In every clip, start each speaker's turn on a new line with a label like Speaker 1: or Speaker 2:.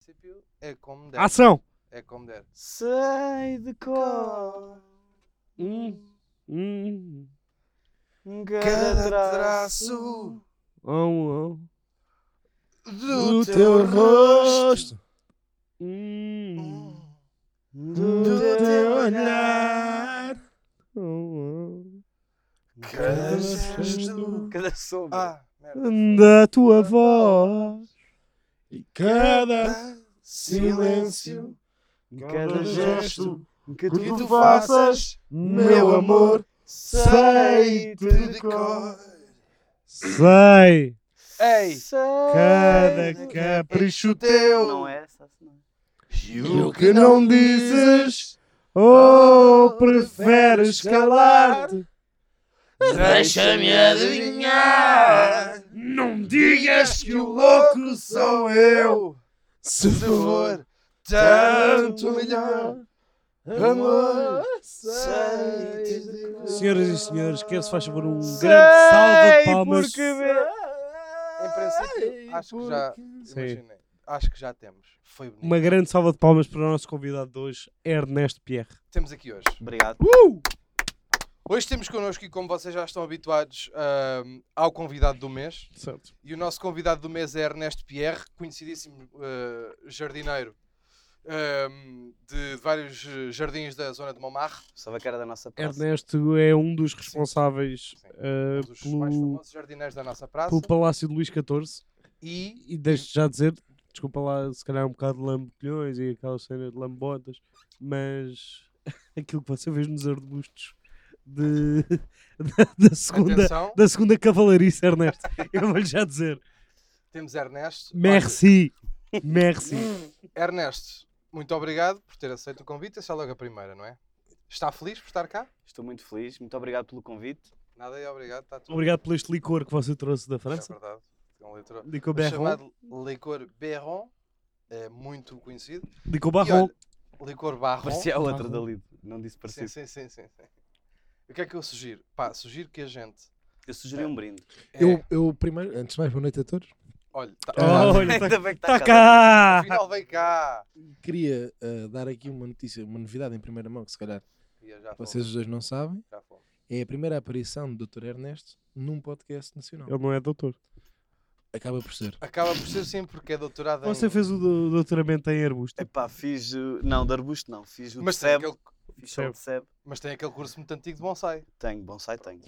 Speaker 1: princípio é como der.
Speaker 2: Ação!
Speaker 1: É como der.
Speaker 3: Ah, Sei de cor
Speaker 2: Hum, hum,
Speaker 3: cada traço
Speaker 2: oh, oh.
Speaker 1: do
Speaker 2: Hum,
Speaker 3: do
Speaker 2: do
Speaker 3: teu
Speaker 2: teu
Speaker 3: olhar.
Speaker 2: oh,
Speaker 1: Cada
Speaker 2: gesto.
Speaker 3: Cada sombra.
Speaker 1: Ah,
Speaker 2: oh.
Speaker 1: merda.
Speaker 2: da tua voz.
Speaker 4: E cada
Speaker 1: Ah,
Speaker 4: silêncio,
Speaker 3: Cada gesto
Speaker 1: Que
Speaker 3: que tu
Speaker 1: tu
Speaker 3: fazes.
Speaker 1: faças,
Speaker 4: meu amor,
Speaker 3: Sei
Speaker 1: tudo
Speaker 3: de
Speaker 1: de
Speaker 3: cor.
Speaker 1: cor.
Speaker 2: Sei
Speaker 1: Ei,
Speaker 3: Sei
Speaker 2: cada
Speaker 3: de cor.
Speaker 2: capricho
Speaker 1: teu.
Speaker 3: Não é essa, não.
Speaker 1: E
Speaker 4: e o que não dizes,
Speaker 2: Oh, preferes calar-te?
Speaker 4: deixa-me adivinhar. Não digas que o louco sou eu, se
Speaker 1: Se
Speaker 4: for
Speaker 1: for tanto melhor.
Speaker 4: amor.
Speaker 1: Sei de cor.
Speaker 2: Senhoras e senhores, que se faz favor um
Speaker 3: Sei
Speaker 2: grande salva de palmas.
Speaker 3: porque vê-
Speaker 1: Em princípio, acho que já. Imaginei. Acho que já temos. Foi bonito.
Speaker 2: Uma grande salva de palmas para o nosso convidado de hoje, Ernesto Pierre.
Speaker 1: Temos aqui hoje. Uh!
Speaker 3: Obrigado.
Speaker 1: Hoje temos connosco, e como vocês já estão habituados, ahm, ao convidado do mês.
Speaker 2: Certo.
Speaker 1: E o nosso convidado do mês é Ernesto Pierre, conhecidíssimo eh, jardineiro ahm, de, de vários eh, jardins da zona de Montmartre.
Speaker 3: Sabe que era da nossa praça.
Speaker 2: Ernesto é um dos responsáveis
Speaker 1: Sim.
Speaker 2: eh,
Speaker 1: um dos mais
Speaker 2: pelo,
Speaker 1: famosos jardineiros da nossa praça.
Speaker 2: pelo Palácio de Luís XIV.
Speaker 1: E
Speaker 2: E deixo já dizer, desculpa lá, se calhar um bocado de lambolhões e aquela cena de lambotas, mas aquilo que você vê nos arbustos de, da, da segunda,
Speaker 1: atenção,
Speaker 2: da segunda cavalariça, Ernesto, eu vou-lhe já dizer.
Speaker 1: temos Ernesto.
Speaker 2: Merci, merci.
Speaker 1: Olha, Ernesto, muito obrigado por ter aceito o convite. Essa é logo a primeira, não é? Está feliz por estar cá?
Speaker 3: Estou muito feliz. Muito obrigado pelo convite.
Speaker 1: Nada e obrigado. Está tudo
Speaker 2: Obrigado por este licor que você trouxe da
Speaker 1: É
Speaker 2: França.
Speaker 1: verdade. É um litro-
Speaker 2: Licor Barron.
Speaker 1: chamado licor Berron. É muito conhecido.
Speaker 2: Licor
Speaker 1: E
Speaker 2: Barron.
Speaker 1: olha, licor Barron.
Speaker 3: Parecia a outra
Speaker 2: Tá
Speaker 3: da
Speaker 2: bom.
Speaker 3: Lido. Não disse
Speaker 1: Sim,
Speaker 3: parecido.
Speaker 1: sim, sim, sim, sim. O que é que eu sugiro? Pá, sugiro que a gente.
Speaker 3: Eu sugeri um brinde.
Speaker 1: É,
Speaker 4: Eu, eu primeiro, antes de mais, boa noite a todos.
Speaker 1: Olha, tá,
Speaker 2: Oh, olha,
Speaker 3: Ainda bem que
Speaker 2: Está
Speaker 3: tá está casado.
Speaker 2: cá!
Speaker 1: afinal vem cá.
Speaker 4: Queria eh, dar aqui uma notícia, uma novidade em primeira mão, que se calhar
Speaker 1: E eu já fomos,
Speaker 4: vocês os dois não sabem.
Speaker 1: já fomos.
Speaker 4: É a primeira aparição do Dr. Ernesto num podcast nacional.
Speaker 2: Ele não é doutor.
Speaker 1: Tá
Speaker 4: Acaba por ser.
Speaker 1: Acaba por ser sim, porque é doutorado em.
Speaker 2: Você fez o do- doutoramento em arbusto.
Speaker 3: Epá, fiz. uh, Não, de arbusto não. Fiz o de
Speaker 1: mas, tem
Speaker 3: sebo.
Speaker 1: aquele,
Speaker 3: Fiz só o de sebo.
Speaker 1: mas tem aquele curso muito antigo de bonsai.
Speaker 3: Tenho, bonsai tenho.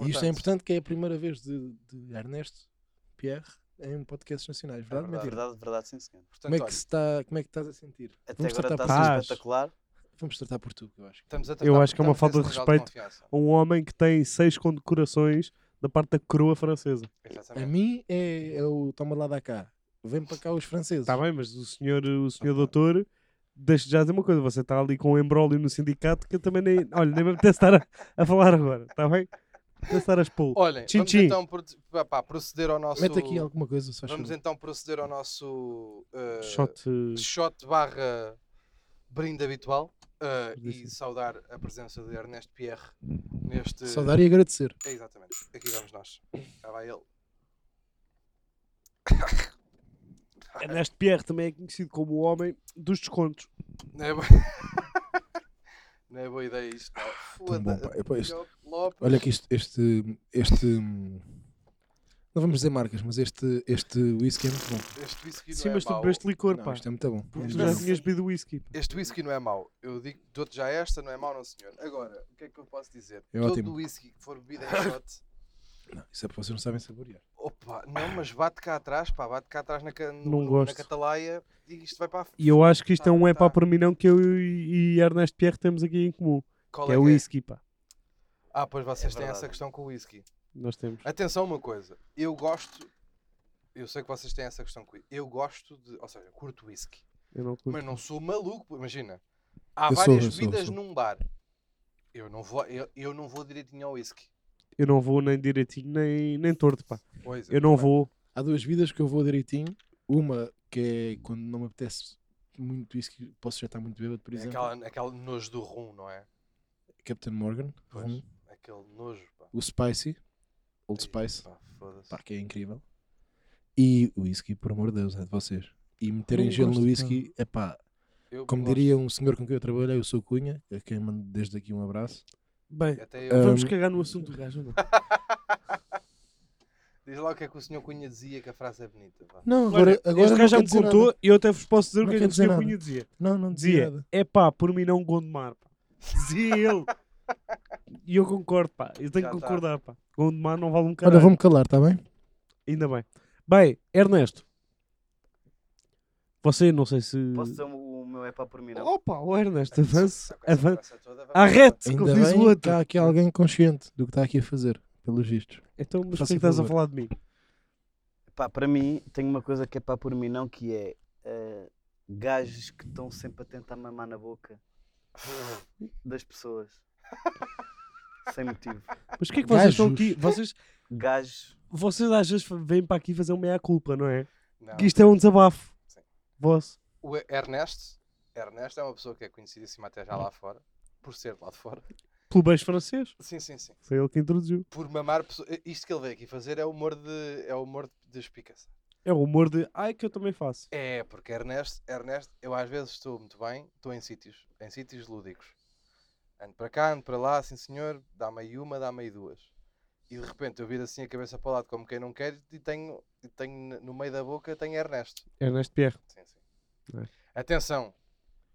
Speaker 4: e isto
Speaker 1: Portanto,
Speaker 4: é importante que é a primeira vez de, de Ernesto Pierre em podcasts nacionais, verdade?
Speaker 1: verdade.
Speaker 4: Mentira.
Speaker 3: Verdade, verdade, sim, senhor.
Speaker 1: Portanto,
Speaker 4: Como é, que
Speaker 1: olha,
Speaker 4: se está, como é que estás a sentir?
Speaker 3: Até
Speaker 4: Vamos
Speaker 3: agora tá assim
Speaker 4: tratar
Speaker 3: está
Speaker 2: por
Speaker 3: a
Speaker 2: isso.
Speaker 3: ser espetacular.
Speaker 4: Vamos tratar por tu, eu acho.
Speaker 1: estamos a
Speaker 2: Eu
Speaker 1: tratar-
Speaker 2: acho que é uma
Speaker 1: estamos
Speaker 2: falta de
Speaker 1: nesse grau
Speaker 2: respeito. Um homem que tem seis condecorações da parte da coroa francesa.
Speaker 1: confiança.
Speaker 4: A
Speaker 1: Exatamente.
Speaker 4: mim é, é o toma lá da cá. Vem para cá os franceses.
Speaker 2: Está Tá bem, mas o senhor, o senhor doutor, deixa já dizer uma coisa. Você está ali com um embrólio no sindicato que eu também nem... Olha, nem me apetece estar a, a falar agora, está bem? Apetece estar a expor.
Speaker 1: Olhem,
Speaker 2: Tchim,
Speaker 1: vamos
Speaker 2: tchim.
Speaker 1: então pro- pá, proceder ao nosso.
Speaker 4: Mete aqui alguma coisa, só
Speaker 1: Vamos então proceder ao nosso eh,
Speaker 2: Shot... eh,
Speaker 1: shot barra brinde habitual eh,
Speaker 2: Brinde,
Speaker 1: e
Speaker 4: assim.
Speaker 1: saudar a presença de Ernesto Pierre neste.
Speaker 4: Saudar e agradecer.
Speaker 1: É, exatamente. Aqui vamos nós. Cá vai ele.
Speaker 2: Ernesto Pierre também é conhecido como o homem dos descontos.
Speaker 1: Não é boa, não é boa ideia isto. não.
Speaker 4: bom,
Speaker 1: Foda-se.
Speaker 4: pá. Epá, isto-
Speaker 1: Miguel Lopes.
Speaker 4: Olha que isto, este, este. Não vamos dizer marcas, mas este, este whisky é muito bom.
Speaker 1: Este whisky
Speaker 2: Sim,
Speaker 1: não
Speaker 2: mas
Speaker 1: é
Speaker 2: tu
Speaker 1: mau.
Speaker 2: bebeste licor,
Speaker 4: Não,
Speaker 2: pá.
Speaker 4: isto é muito bom.
Speaker 2: Porque
Speaker 4: Isto
Speaker 2: tu
Speaker 4: é
Speaker 2: já
Speaker 4: muito
Speaker 2: tinhas bebido whisky.
Speaker 1: Este whisky não é mau. Eu digo, dou-te já esta, não é mau, não senhor. Agora, o que é que eu posso dizer?
Speaker 4: É
Speaker 1: Todo
Speaker 4: ótimo.
Speaker 1: o whisky que for bebido em shot,
Speaker 4: bom. Não, isso é porque vocês não sabem saborear.
Speaker 1: opa, não, mas bate cá atrás, pá, bate cá atrás na, ca- no-
Speaker 2: Não
Speaker 1: no-
Speaker 2: gosto.
Speaker 1: na catalaia e isto vai para a
Speaker 2: E eu acho que isto é um
Speaker 1: Tá,
Speaker 2: é para
Speaker 1: tá.
Speaker 2: por mim não que eu e e Ernesto Pierre temos aqui em comum.
Speaker 1: Qual
Speaker 2: Que é
Speaker 1: que
Speaker 2: whisky, pá.
Speaker 1: Ah, pois vocês
Speaker 3: É
Speaker 1: têm essa
Speaker 3: verdade.
Speaker 1: questão com o whisky.
Speaker 2: Nós temos.
Speaker 1: Atenção uma coisa, eu gosto, eu sei que vocês têm essa questão com eu gosto de, ou seja, curto whisky,
Speaker 2: Eu não curto.
Speaker 1: mas não sou maluco, imagina. Há
Speaker 4: Eu sou,
Speaker 1: várias
Speaker 4: eu sou, eu
Speaker 1: bebidas
Speaker 4: sou.
Speaker 1: num bar. Eu não vou, eu, eu não vou direitinho ao whisky.
Speaker 2: Eu não vou nem direitinho, nem, nem torto, pá.
Speaker 1: Pois,
Speaker 2: Eu não
Speaker 1: também.
Speaker 2: vou.
Speaker 4: Há duas vidas que eu vou direitinho. Uma que é quando não me apetece muito whisky, posso já estar muito bêbado, por
Speaker 1: É
Speaker 4: exemplo.
Speaker 1: aquela, aquele nojo do rum, não é?
Speaker 4: Captain Morgan,
Speaker 1: Pois.
Speaker 4: rum.
Speaker 1: Aquele nojo, pá.
Speaker 4: o Spicy, Old
Speaker 1: Ei,
Speaker 4: Spice,
Speaker 1: pá, foda-se.
Speaker 4: pá, que é incrível. E o whisky, por amor de Deus, é de vocês. e meterem
Speaker 2: Não
Speaker 4: gelo no
Speaker 2: gosto,
Speaker 4: whisky, é pá.
Speaker 1: Eu
Speaker 4: Como
Speaker 1: gosto.
Speaker 4: diria um senhor com quem eu trabalhei, o seu Cunha, a quem mando desde aqui um abraço.
Speaker 2: Bem,
Speaker 1: Até eu.
Speaker 2: vamos
Speaker 4: Ahm.
Speaker 2: cagar no assunto do gajo, não?
Speaker 1: Diz lá o que é que o senhor Cunha dizia que a frase é bonita. vá.
Speaker 4: Não, agora,
Speaker 2: Olha,
Speaker 4: agora
Speaker 2: este
Speaker 4: não
Speaker 2: gajo já
Speaker 4: quer
Speaker 2: me
Speaker 4: dizer
Speaker 2: contou
Speaker 4: nada.
Speaker 2: e eu até vos posso dizer
Speaker 4: Não
Speaker 2: o que é que
Speaker 4: quer
Speaker 2: o
Speaker 4: dizer
Speaker 2: senhor
Speaker 4: nada.
Speaker 2: Cunha dizia.
Speaker 4: Não, não dizia
Speaker 2: Dizia,
Speaker 4: nada.
Speaker 2: é pá, por mim não Gondomar. Pá. Dizia ele. E eu concordo, pá. Eu tenho
Speaker 1: Já
Speaker 2: que
Speaker 1: tá.
Speaker 2: concordar, pá. Gondomar não vale um caralho.
Speaker 4: Olha, vou-me calar, está bem?
Speaker 2: Ainda bem. Bem, Ernesto. Você, não sei se...
Speaker 3: Posso dizer o o meu é para por mim, não?
Speaker 2: Opa, o Ernesto, avance.
Speaker 1: Com essa tá
Speaker 2: avance.
Speaker 1: pressa toda, vamos embora.
Speaker 2: Arrete,
Speaker 4: Ainda
Speaker 2: como diz o
Speaker 4: bem que
Speaker 2: outro.
Speaker 4: há aqui alguém consciente do que está aqui a fazer, pelos vistos.
Speaker 2: Então, mas o que é
Speaker 4: Faça
Speaker 2: que estás a
Speaker 4: favor.
Speaker 2: falar de mim?
Speaker 3: Pá, para mim, tem uma coisa que é para por mim, não, que é eh, gajos que estão sempre a tentar mamar na boca das pessoas. Sem motivo.
Speaker 2: Mas o que é que vocês estão
Speaker 4: Gajos.
Speaker 2: aqui? Vocês,
Speaker 3: Gajos.
Speaker 2: vocês às vezes vêm para aqui fazer um meia-culpa, não é?
Speaker 1: Não.
Speaker 2: Que isto é um desabafo.
Speaker 1: Tá. Sim.
Speaker 2: Vosso.
Speaker 1: O Ernesto, Ernesto é uma pessoa que é conhecidíssima até já lá fora, por ser de lá de fora.
Speaker 2: Pelo beijo francês.
Speaker 1: Sim, sim, sim.
Speaker 2: Foi ele que introduziu.
Speaker 1: Por mamar pessoas. Isto que ele veio aqui fazer é humor de. é humor de espicaça.
Speaker 2: É o humor de, ai que eu também faço.
Speaker 1: É, porque Ernesto, Ernesto, eu às vezes estou muito bem, estou em sítios, em sítios lúdicos. Ando para cá, ando para lá, sim senhor, dá-me aí uma, dá-me aí duas. E de repente eu viro assim a cabeça para o lado como quem não quer e tenho, e tenho no meio da boca tenho Ernesto.
Speaker 2: Ernesto Pierre.
Speaker 1: Sim, sim.
Speaker 2: É.
Speaker 1: Atenção,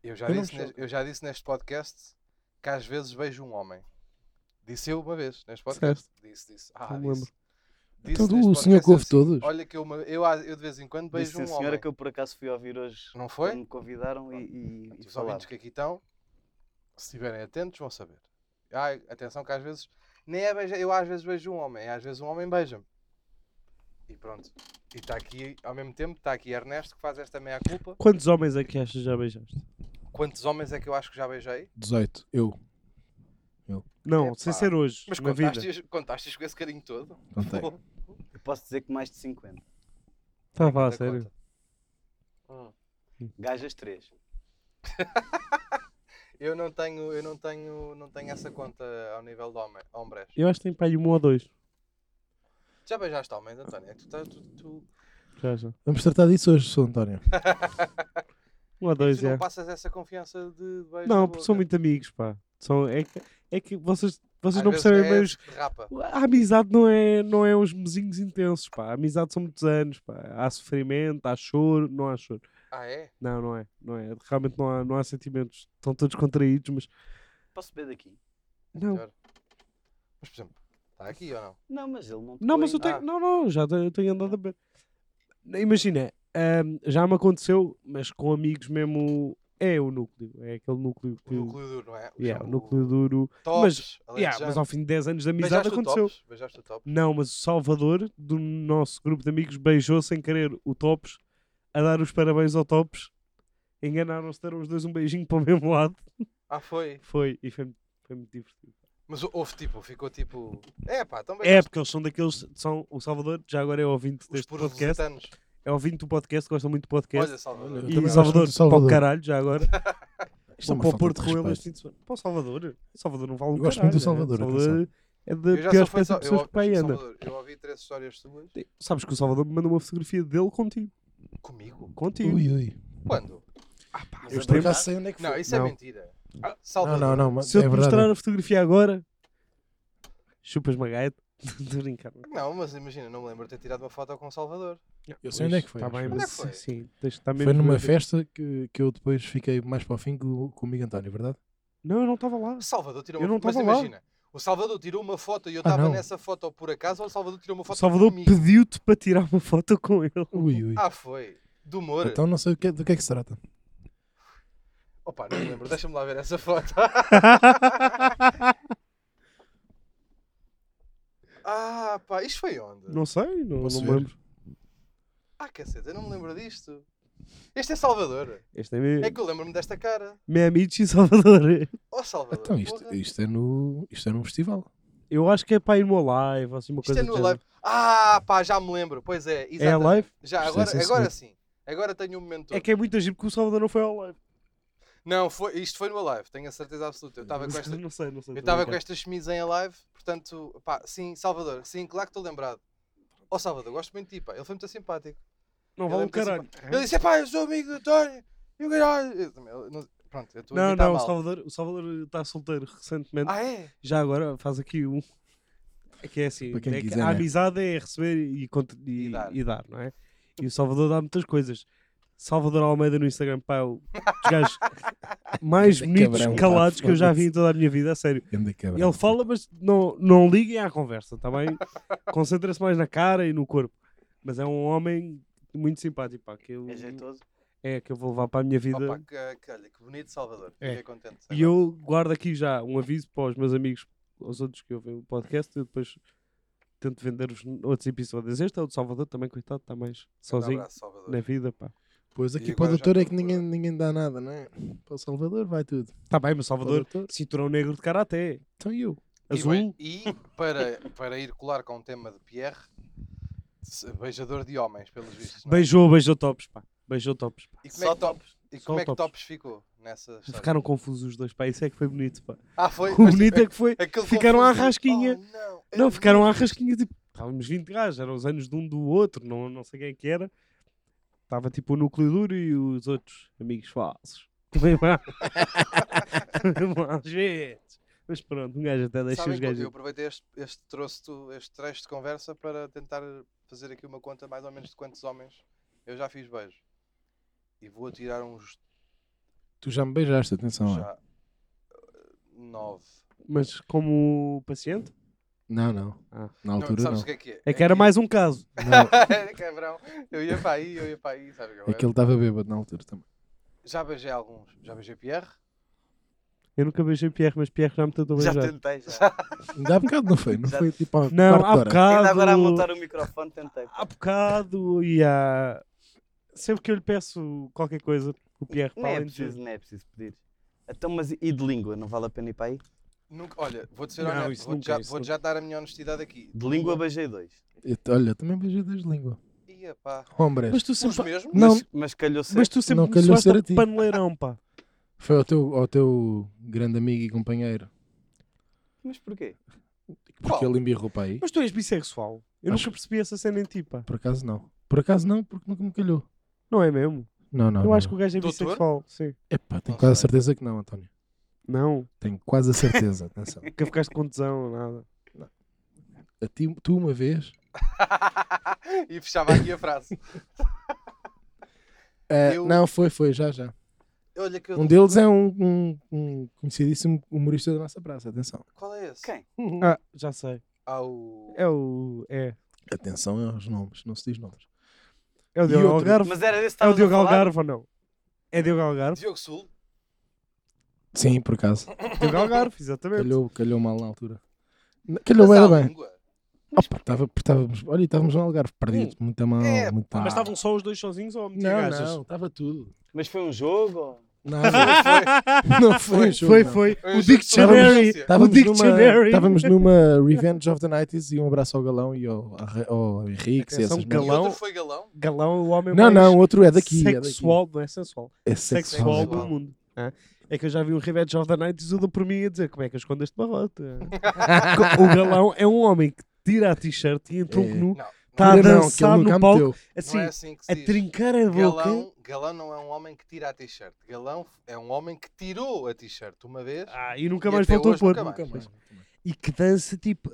Speaker 1: eu já,
Speaker 4: Eu não
Speaker 1: disse
Speaker 4: me
Speaker 1: ne- eu já disse neste podcast que às vezes vejo um homem. Disse eu uma vez neste podcast. Disse, disse. Ah,
Speaker 2: Não me
Speaker 1: disse. Disse
Speaker 4: Então,
Speaker 1: neste
Speaker 4: o senhor
Speaker 1: podcast
Speaker 4: que ouve
Speaker 1: assim,
Speaker 4: todos.
Speaker 1: Olha que eu, uma- eu, a- eu de vez em quando beijo
Speaker 3: Disse a
Speaker 1: um
Speaker 3: senhora
Speaker 1: homem.
Speaker 3: que eu por acaso fui ouvir hoje.
Speaker 1: Não foi?
Speaker 3: quando Me convidaram e, e, e
Speaker 1: Os
Speaker 3: falaram.
Speaker 1: ouvintes que aqui estão, se estiverem atentos, vão saber. Ai, atenção que às vezes, nem é beija, eu às vezes beijo um homem, às vezes um homem beija-me. E pronto. E está aqui, ao mesmo tempo, está aqui Ernesto que faz esta meia-culpa.
Speaker 2: Quantos homens é que achas que já beijaste?
Speaker 1: Quantos homens é que eu acho que já beijei?
Speaker 4: 18, eu.
Speaker 2: Não,
Speaker 1: Epá.
Speaker 2: sem ser hoje.
Speaker 1: Mas
Speaker 2: na vida.
Speaker 1: contaste-os contaste com esse carinho todo?
Speaker 4: Contei.
Speaker 1: Pô,
Speaker 3: Eu posso dizer que mais de 50.
Speaker 2: Tá, vá, a
Speaker 1: da
Speaker 2: sério.
Speaker 1: conta. Hum.
Speaker 3: Gajas três.
Speaker 1: Eu não tenho, eu não tenho, não tenho essa conta ao nível de homem, hombres.
Speaker 2: Eu acho que tem para aí um ou dois.
Speaker 1: Já beijaste homens, António? É que tu, estás- tu, tu-
Speaker 2: Já, já.
Speaker 4: Vamos tratar disso hoje, Sr. António.
Speaker 2: Um ou dois,
Speaker 1: tu não
Speaker 2: é.
Speaker 1: passas essa confiança de beijo é. na
Speaker 2: Não, porque são
Speaker 1: boca.
Speaker 2: muito amigos, pá. São, é, que, é que vocês, vocês
Speaker 1: Às
Speaker 2: não
Speaker 1: vezes
Speaker 2: percebem
Speaker 1: é
Speaker 2: bem os,
Speaker 1: esse que derrapa.
Speaker 2: A amizade não é, não é uns mesinhos intensos, pá. A amizade são muitos anos, pá. Há sofrimento, há choro, não há choro.
Speaker 1: Ah, é?
Speaker 2: Não, não é. Não é. Realmente não há, não há sentimentos. Estão todos contraídos, mas.
Speaker 3: Posso beber daqui?
Speaker 2: Não,
Speaker 1: Melhor. Mas, por exemplo, está aqui ou não?
Speaker 3: Não, mas ele não
Speaker 2: não mas eu
Speaker 3: tocou
Speaker 2: tenho.
Speaker 1: Ah.
Speaker 2: Não, não, já te- eu tenho andado a beber. Imagina, hum, já me aconteceu, mas com amigos mesmo. É o núcleo. É aquele núcleo
Speaker 1: O
Speaker 2: que.
Speaker 1: núcleo duro, não é? O
Speaker 2: Yeah, o
Speaker 1: chão-
Speaker 2: núcleo duro.
Speaker 1: Tops,
Speaker 2: Mas, yeah,
Speaker 1: Alentejano.
Speaker 2: mas ao fim de 10 anos de amizade
Speaker 1: Beijaste o
Speaker 2: aconteceu.
Speaker 1: Tops? Beijaste o top?
Speaker 2: Não, mas o Salvador, do nosso grupo de amigos, beijou sem querer o Tops, a dar os parabéns ao Tops. Enganaram-se, deram os dois um beijinho para o mesmo lado.
Speaker 1: Ah, foi.
Speaker 2: Foi, e foi, foi muito divertido.
Speaker 1: Mas houve tipo, ficou tipo... É pá, então
Speaker 2: É,
Speaker 1: beijaste
Speaker 2: porque eles são daqueles, são o Salvador, já agora é ouvinte
Speaker 1: os
Speaker 2: deste
Speaker 1: puros
Speaker 2: podcast,
Speaker 1: lusitanos.
Speaker 2: é ouvinte do podcast, gosta muito do podcast.
Speaker 1: Olha, Salvador.
Speaker 4: Olha, eu
Speaker 2: e
Speaker 4: também
Speaker 2: o
Speaker 4: gosto
Speaker 2: Salvador,
Speaker 4: muito do Salvador.
Speaker 2: para o caralho, já agora.
Speaker 4: Isto é
Speaker 2: Vão
Speaker 4: uma
Speaker 2: para o
Speaker 4: falta
Speaker 2: Porto
Speaker 4: de
Speaker 2: com ele
Speaker 4: respeito.
Speaker 2: este fim de semana. Para o Salvador. O Salvador não vale um
Speaker 4: Eu gosto
Speaker 2: caralho,
Speaker 4: muito do
Speaker 2: né?
Speaker 4: Salvador,
Speaker 2: O Salvador é da
Speaker 1: Eu já só
Speaker 2: pior
Speaker 1: fui
Speaker 2: espécie
Speaker 1: só-
Speaker 2: de pessoas
Speaker 1: eu-
Speaker 2: que para aí anda.
Speaker 1: Salvador, Eu ouvi três histórias tuas.
Speaker 2: Sabes que o Salvador me mandou uma fotografia dele contigo.
Speaker 1: Comigo?
Speaker 2: Contigo.
Speaker 4: Ui, ui.
Speaker 1: Quando?
Speaker 3: Mas é
Speaker 4: Eu por
Speaker 2: tenho-
Speaker 4: acaso
Speaker 3: verdade?
Speaker 4: sei onde é que foi.
Speaker 1: Não, isso é
Speaker 2: Não.
Speaker 1: mentira. Ah,
Speaker 4: Não,
Speaker 1: Salvador.
Speaker 4: não, não, mas
Speaker 2: Se eu
Speaker 4: é
Speaker 2: te
Speaker 4: verdade.
Speaker 2: mostrar a fotografia agora, chupas magaete. Estou a brincar.
Speaker 1: Não, mas imagina, não me lembro de ter tirado uma foto com Salvador.
Speaker 4: Eu sei onde é que foi,
Speaker 2: Está
Speaker 4: acho
Speaker 2: Tá bem,
Speaker 4: eu.
Speaker 1: Onde é
Speaker 2: mas
Speaker 1: que foi?
Speaker 2: sim, sim, tens de estar mesmo
Speaker 4: Foi numa
Speaker 2: doente.
Speaker 4: festa que, que eu depois fiquei mais para o fim com, com o Miguel António, é verdade?
Speaker 2: Não, eu não estava lá.
Speaker 1: Salvador tirou
Speaker 2: Eu
Speaker 1: uma
Speaker 2: não
Speaker 1: foto. Mas
Speaker 2: tava lá.
Speaker 1: imagina, o Salvador tirou uma foto e eu
Speaker 4: Ah,
Speaker 1: estava
Speaker 4: não.
Speaker 1: nessa foto por acaso ou o Salvador tirou uma
Speaker 2: O
Speaker 1: foto
Speaker 2: Salvador
Speaker 1: comigo?
Speaker 2: pediu-te para tirar uma foto com ele.
Speaker 4: Ui, ui.
Speaker 1: Ah, foi. Do humor.
Speaker 4: Então não sei o que, do que é que se trata.
Speaker 1: Opa, não me lembro. Deixa-me lá ver essa foto. ah, pá, isto foi onde?
Speaker 2: Não sei, não, não
Speaker 4: Posso
Speaker 2: me
Speaker 4: ver?
Speaker 2: lembro.
Speaker 1: Ah, cacete, eu não me lembro disto. Este é Salvador.
Speaker 2: Este é meu,
Speaker 1: É que eu lembro-me desta cara.
Speaker 2: meu amigo de Salvador.
Speaker 1: Oh, Salvador.
Speaker 4: Então isto,
Speaker 1: porra.
Speaker 4: isto, é no, isto é num festival.
Speaker 2: Eu acho que é para ir no live, assim, uma
Speaker 1: Isto
Speaker 2: coisa
Speaker 1: é
Speaker 2: do
Speaker 1: no
Speaker 2: género.
Speaker 1: live. Ah, pá, já me lembro. Pois é,
Speaker 2: É a
Speaker 1: exatamente.
Speaker 2: live?
Speaker 1: Já,
Speaker 4: Isto é
Speaker 1: agora,
Speaker 4: sim,
Speaker 1: agora sim. Agora tenho um momento. todo.
Speaker 2: É que é muito giro porque o Salvador não foi ao live.
Speaker 1: Não, foi, isto foi no live, tenho a certeza absoluta. Eu estava com esta,
Speaker 2: Não sei, não sei.
Speaker 1: eu
Speaker 2: tô a
Speaker 1: estava com
Speaker 2: brincar.
Speaker 1: esta chemise em live, portanto, Oh, pá, sim, Salvador, sim, claro que estou lembrado. Ó Salvador, gosto muito de ti, pá, ele foi muito simpático.
Speaker 2: Não
Speaker 1: Eu
Speaker 2: vale um
Speaker 1: lembro-me
Speaker 2: caralho.
Speaker 1: assim, Ele disse, pá, eu sou amigo do António. E o caralho. Eu também- eu não- Pronto, eu estou a
Speaker 2: Não,
Speaker 1: imitar
Speaker 2: não, o
Speaker 1: mal.
Speaker 2: Salvador, o Salvador está solteiro recentemente.
Speaker 1: Ah, é?
Speaker 2: Já agora faz aqui um. É que é assim,
Speaker 4: Para quem
Speaker 2: é que
Speaker 4: quiser,
Speaker 2: a
Speaker 4: né?
Speaker 2: amizade é receber e, cont- e-
Speaker 1: E
Speaker 2: e
Speaker 1: dar.
Speaker 2: dar. não é? E o Salvador dá muitas coisas. Salvador Almeida no Instagram, pá, é o- os gajos mais
Speaker 4: Que
Speaker 2: bonitos
Speaker 4: cabrão, pá,
Speaker 2: calados que eu já vi
Speaker 4: foda-se.
Speaker 2: em toda a minha vida, a sério.
Speaker 4: Ganda cabrão.
Speaker 2: Ele fala, mas não, não liguem à conversa, está bem? Concentra-se mais na cara e no corpo. Mas é um homem muito simpático, pá, que eu,
Speaker 3: É jeitoso.
Speaker 2: é que eu vou levar para a minha vida.
Speaker 1: Opa, tá que, que, olha, que bonito Salvador.
Speaker 2: É.
Speaker 1: Fiquei contente.
Speaker 2: E eu guardo aqui já um aviso para os meus amigos, aos outros que ouvem o podcast, eu depois tento vender-vos outros episódios. Este é o de Salvador, também, coitado, está mais
Speaker 1: Sozinho. Um
Speaker 2: sozinho
Speaker 1: abraço, Salvador.
Speaker 2: na vida, pá.
Speaker 4: Pois
Speaker 1: E
Speaker 4: aqui
Speaker 1: agora
Speaker 4: para o
Speaker 1: já
Speaker 4: doutor é
Speaker 1: estou
Speaker 4: que
Speaker 1: a
Speaker 4: ninguém, ninguém dá nada, não é? Para o Salvador vai tudo.
Speaker 2: Está Tá bem, mas
Speaker 4: Para o
Speaker 2: Salvador,
Speaker 4: doutor,
Speaker 2: cinturão negro de karaté,
Speaker 4: então e eu.
Speaker 1: E,
Speaker 2: azul.
Speaker 1: bem, e para, para ir colar com o tema de Pierre, se- beijador de homens, pelos vistos. não é?
Speaker 2: Beijou, beijou tops, pá. Beijou tops. Pá.
Speaker 1: E como
Speaker 3: Só
Speaker 1: é que Tops, e
Speaker 2: Só
Speaker 1: como é que
Speaker 2: tops.
Speaker 1: tops ficou nessa história?
Speaker 2: Ficaram confusos os dois, pá. Isso é que foi bonito, pá.
Speaker 1: Ah, foi.
Speaker 2: O
Speaker 1: mas,
Speaker 2: bonito é que foi.
Speaker 1: aquele
Speaker 2: ficaram à
Speaker 1: confuso de,
Speaker 2: rasquinha.
Speaker 1: "Oh, não, era
Speaker 2: Não, ficaram à
Speaker 1: mesmo."
Speaker 2: rasquinha, tipo, estávamos 20 gajos, eram os anos de um do outro, não, não sei quem é que era. Estava tipo o núcleo duro e os outros amigos falsos. Também lá. Também lá, às vezes. Mas pronto, um gajo até deixa
Speaker 1: Sabem é
Speaker 2: os
Speaker 1: que
Speaker 2: gajos.
Speaker 1: Eu aproveitei este, este, trouxe tu, este trecho de conversa para tentar fazer aqui uma conta mais ou menos de quantos homens eu já fiz beijo. E vou tirar uns
Speaker 4: Tu já me beijaste, atenção. é.
Speaker 1: já eh, nove.
Speaker 2: Mas como paciente?
Speaker 4: Não, não.
Speaker 2: Ah.
Speaker 1: Não,
Speaker 4: Na altura não.
Speaker 1: sabes o que é que é?
Speaker 2: É que era mais um caso.
Speaker 4: Não,
Speaker 1: Cabrão, eu ia para aí, eu ia para aí, sabe?
Speaker 4: é que ele estava bêbado na altura também.
Speaker 1: Já beijei alguns. Já beijei Pierre?
Speaker 2: Eu nunca beijei Pierre, mas Pierre já me tentou
Speaker 3: Já
Speaker 2: beijar.
Speaker 3: tentei, já.
Speaker 4: Ainda há bocado não foi? Não
Speaker 3: Já-
Speaker 4: foi tipo há
Speaker 2: Não,
Speaker 4: quarto de
Speaker 2: há
Speaker 4: hora.
Speaker 2: bocado.
Speaker 3: Ainda agora a montar o microfone tentei.
Speaker 2: Há bocado e há. Sempre que eu lhe peço qualquer coisa, o Pierre
Speaker 3: Não é
Speaker 2: fala
Speaker 3: preciso, não é preciso pedir. Então, mas e de língua? Não vale a pena ir para aí?
Speaker 1: Nunca, olha, vou-te ser
Speaker 2: Não,
Speaker 1: honesto,
Speaker 2: isso
Speaker 1: vou-te
Speaker 2: nunca,
Speaker 1: já,
Speaker 2: isso
Speaker 1: vou
Speaker 2: nunca.
Speaker 1: já dar a minha honestidade aqui.
Speaker 3: De língua beijei dois.
Speaker 4: Eu te- Olha, eu também beijei das línguas.
Speaker 1: Ia pá.
Speaker 4: Hombres.
Speaker 2: Mas tu
Speaker 1: Os
Speaker 2: sempre.
Speaker 1: mesmos?
Speaker 4: Não.
Speaker 3: Mas, mas calhou certo.
Speaker 2: Mas tu sempre
Speaker 4: Não
Speaker 2: me
Speaker 4: calhou
Speaker 2: soaste
Speaker 4: ser
Speaker 2: a
Speaker 4: a ti.
Speaker 2: paneleirão, pá.
Speaker 4: Foi ao teu, ao teu grande amigo e companheiro.
Speaker 3: Mas porquê?
Speaker 4: Porque
Speaker 1: Qual?
Speaker 4: ele embirrou para aí.
Speaker 2: Mas tu és bissexual. Eu
Speaker 4: Acho-
Speaker 2: nunca percebi essa cena em ti, pá.
Speaker 4: Por acaso não. Por acaso não, porque nunca me calhou.
Speaker 2: Não é mesmo?
Speaker 4: Não, não.
Speaker 2: eu
Speaker 4: não,
Speaker 2: acho que
Speaker 4: não.
Speaker 2: o gajo é
Speaker 1: Doutor?
Speaker 2: bissexual, sim.
Speaker 4: Epá, tenho
Speaker 1: Não
Speaker 4: quase a
Speaker 1: sei.
Speaker 4: certeza que não, António.
Speaker 2: Não,
Speaker 4: Tenho quase a certeza, atenção.
Speaker 2: nunca ficaste com tesão, nada.
Speaker 4: A ti, tu uma vez.
Speaker 1: e fechava aqui a frase.
Speaker 4: Ah,
Speaker 1: Eu-
Speaker 4: Não, foi, foi, já, já.
Speaker 1: Olha que eu-
Speaker 4: Um deles é um, um- um conhecidíssimo humorista da nossa praça, atenção.
Speaker 1: Qual é esse?
Speaker 3: Quem?
Speaker 2: Ah, já sei.
Speaker 1: Ah, o...
Speaker 2: É o. É.
Speaker 4: Atenção aos nomes, não se diz nomes.
Speaker 2: É o
Speaker 4: E
Speaker 2: Diogo
Speaker 4: outro?
Speaker 2: Algarve.
Speaker 3: Mas era desse que
Speaker 2: É o
Speaker 3: estavas a
Speaker 2: Diogo
Speaker 3: falar?
Speaker 2: Algarve ou não? É Diogo Algarve?
Speaker 1: Diogo Sul?
Speaker 4: Sim, por acaso.
Speaker 2: Diogo Algarve, exatamente.
Speaker 4: Calhou, calhou mal na altura. N- Calhou
Speaker 1: Mas
Speaker 4: bem,
Speaker 1: à
Speaker 4: bem.
Speaker 1: língua?
Speaker 4: Opa, tava, estávamos, olha, estávamos no Algarve, perdidos, muito mal,
Speaker 1: É,
Speaker 4: muito mal.
Speaker 2: Hum. Mas estavam só os dois sozinhos ou metiam
Speaker 4: Não,
Speaker 2: gajas?
Speaker 4: não, estava tudo.
Speaker 3: Mas foi um jogo? ou-
Speaker 4: Não,
Speaker 2: Não
Speaker 4: não foi um jogo,
Speaker 2: Foi,
Speaker 4: não.
Speaker 2: foi.
Speaker 1: Foi um jogo
Speaker 2: O
Speaker 1: de
Speaker 2: Dictionary.
Speaker 1: sobrevivência.
Speaker 2: O
Speaker 4: Estávamos numa,
Speaker 2: Dictionary.
Speaker 4: estávamos numa Revenge of the 90s e um abraço ao Galão e ao, Arre- ao Henrique. e
Speaker 2: Atenção,
Speaker 4: essas
Speaker 1: E
Speaker 4: merdas.
Speaker 2: Galão?
Speaker 1: outro foi galão?
Speaker 2: Galão, o homem
Speaker 4: Não,
Speaker 2: mais
Speaker 4: não, o outro é daqui. é daqui.
Speaker 2: sexual, não é sensual.
Speaker 4: É
Speaker 2: sexual
Speaker 4: sexual.
Speaker 1: Sexual.
Speaker 2: do mundo. hã? É que eu já vi um Revenge of the Night e o por mim a dizer como é que eu escondo este barrote. o galão é um homem que tira a t-shirt e em tronco
Speaker 4: É.
Speaker 2: nu,
Speaker 1: Não.
Speaker 2: está a
Speaker 4: Não, que ele
Speaker 2: dançar
Speaker 4: nunca
Speaker 2: Tá no palco,
Speaker 4: meteu.
Speaker 2: assim,
Speaker 1: Não é assim que se
Speaker 2: a
Speaker 1: diz.
Speaker 2: trincar a boca.
Speaker 1: Galão, galão não é um homem que tira a t-shirt. Galão é um homem que tirou a t-shirt uma vez.
Speaker 2: Ah, e nunca
Speaker 1: E
Speaker 2: mais
Speaker 1: até
Speaker 2: voltou a
Speaker 1: hoje
Speaker 2: pôr.
Speaker 1: nunca
Speaker 4: Nunca mais.
Speaker 2: E que dança tipo.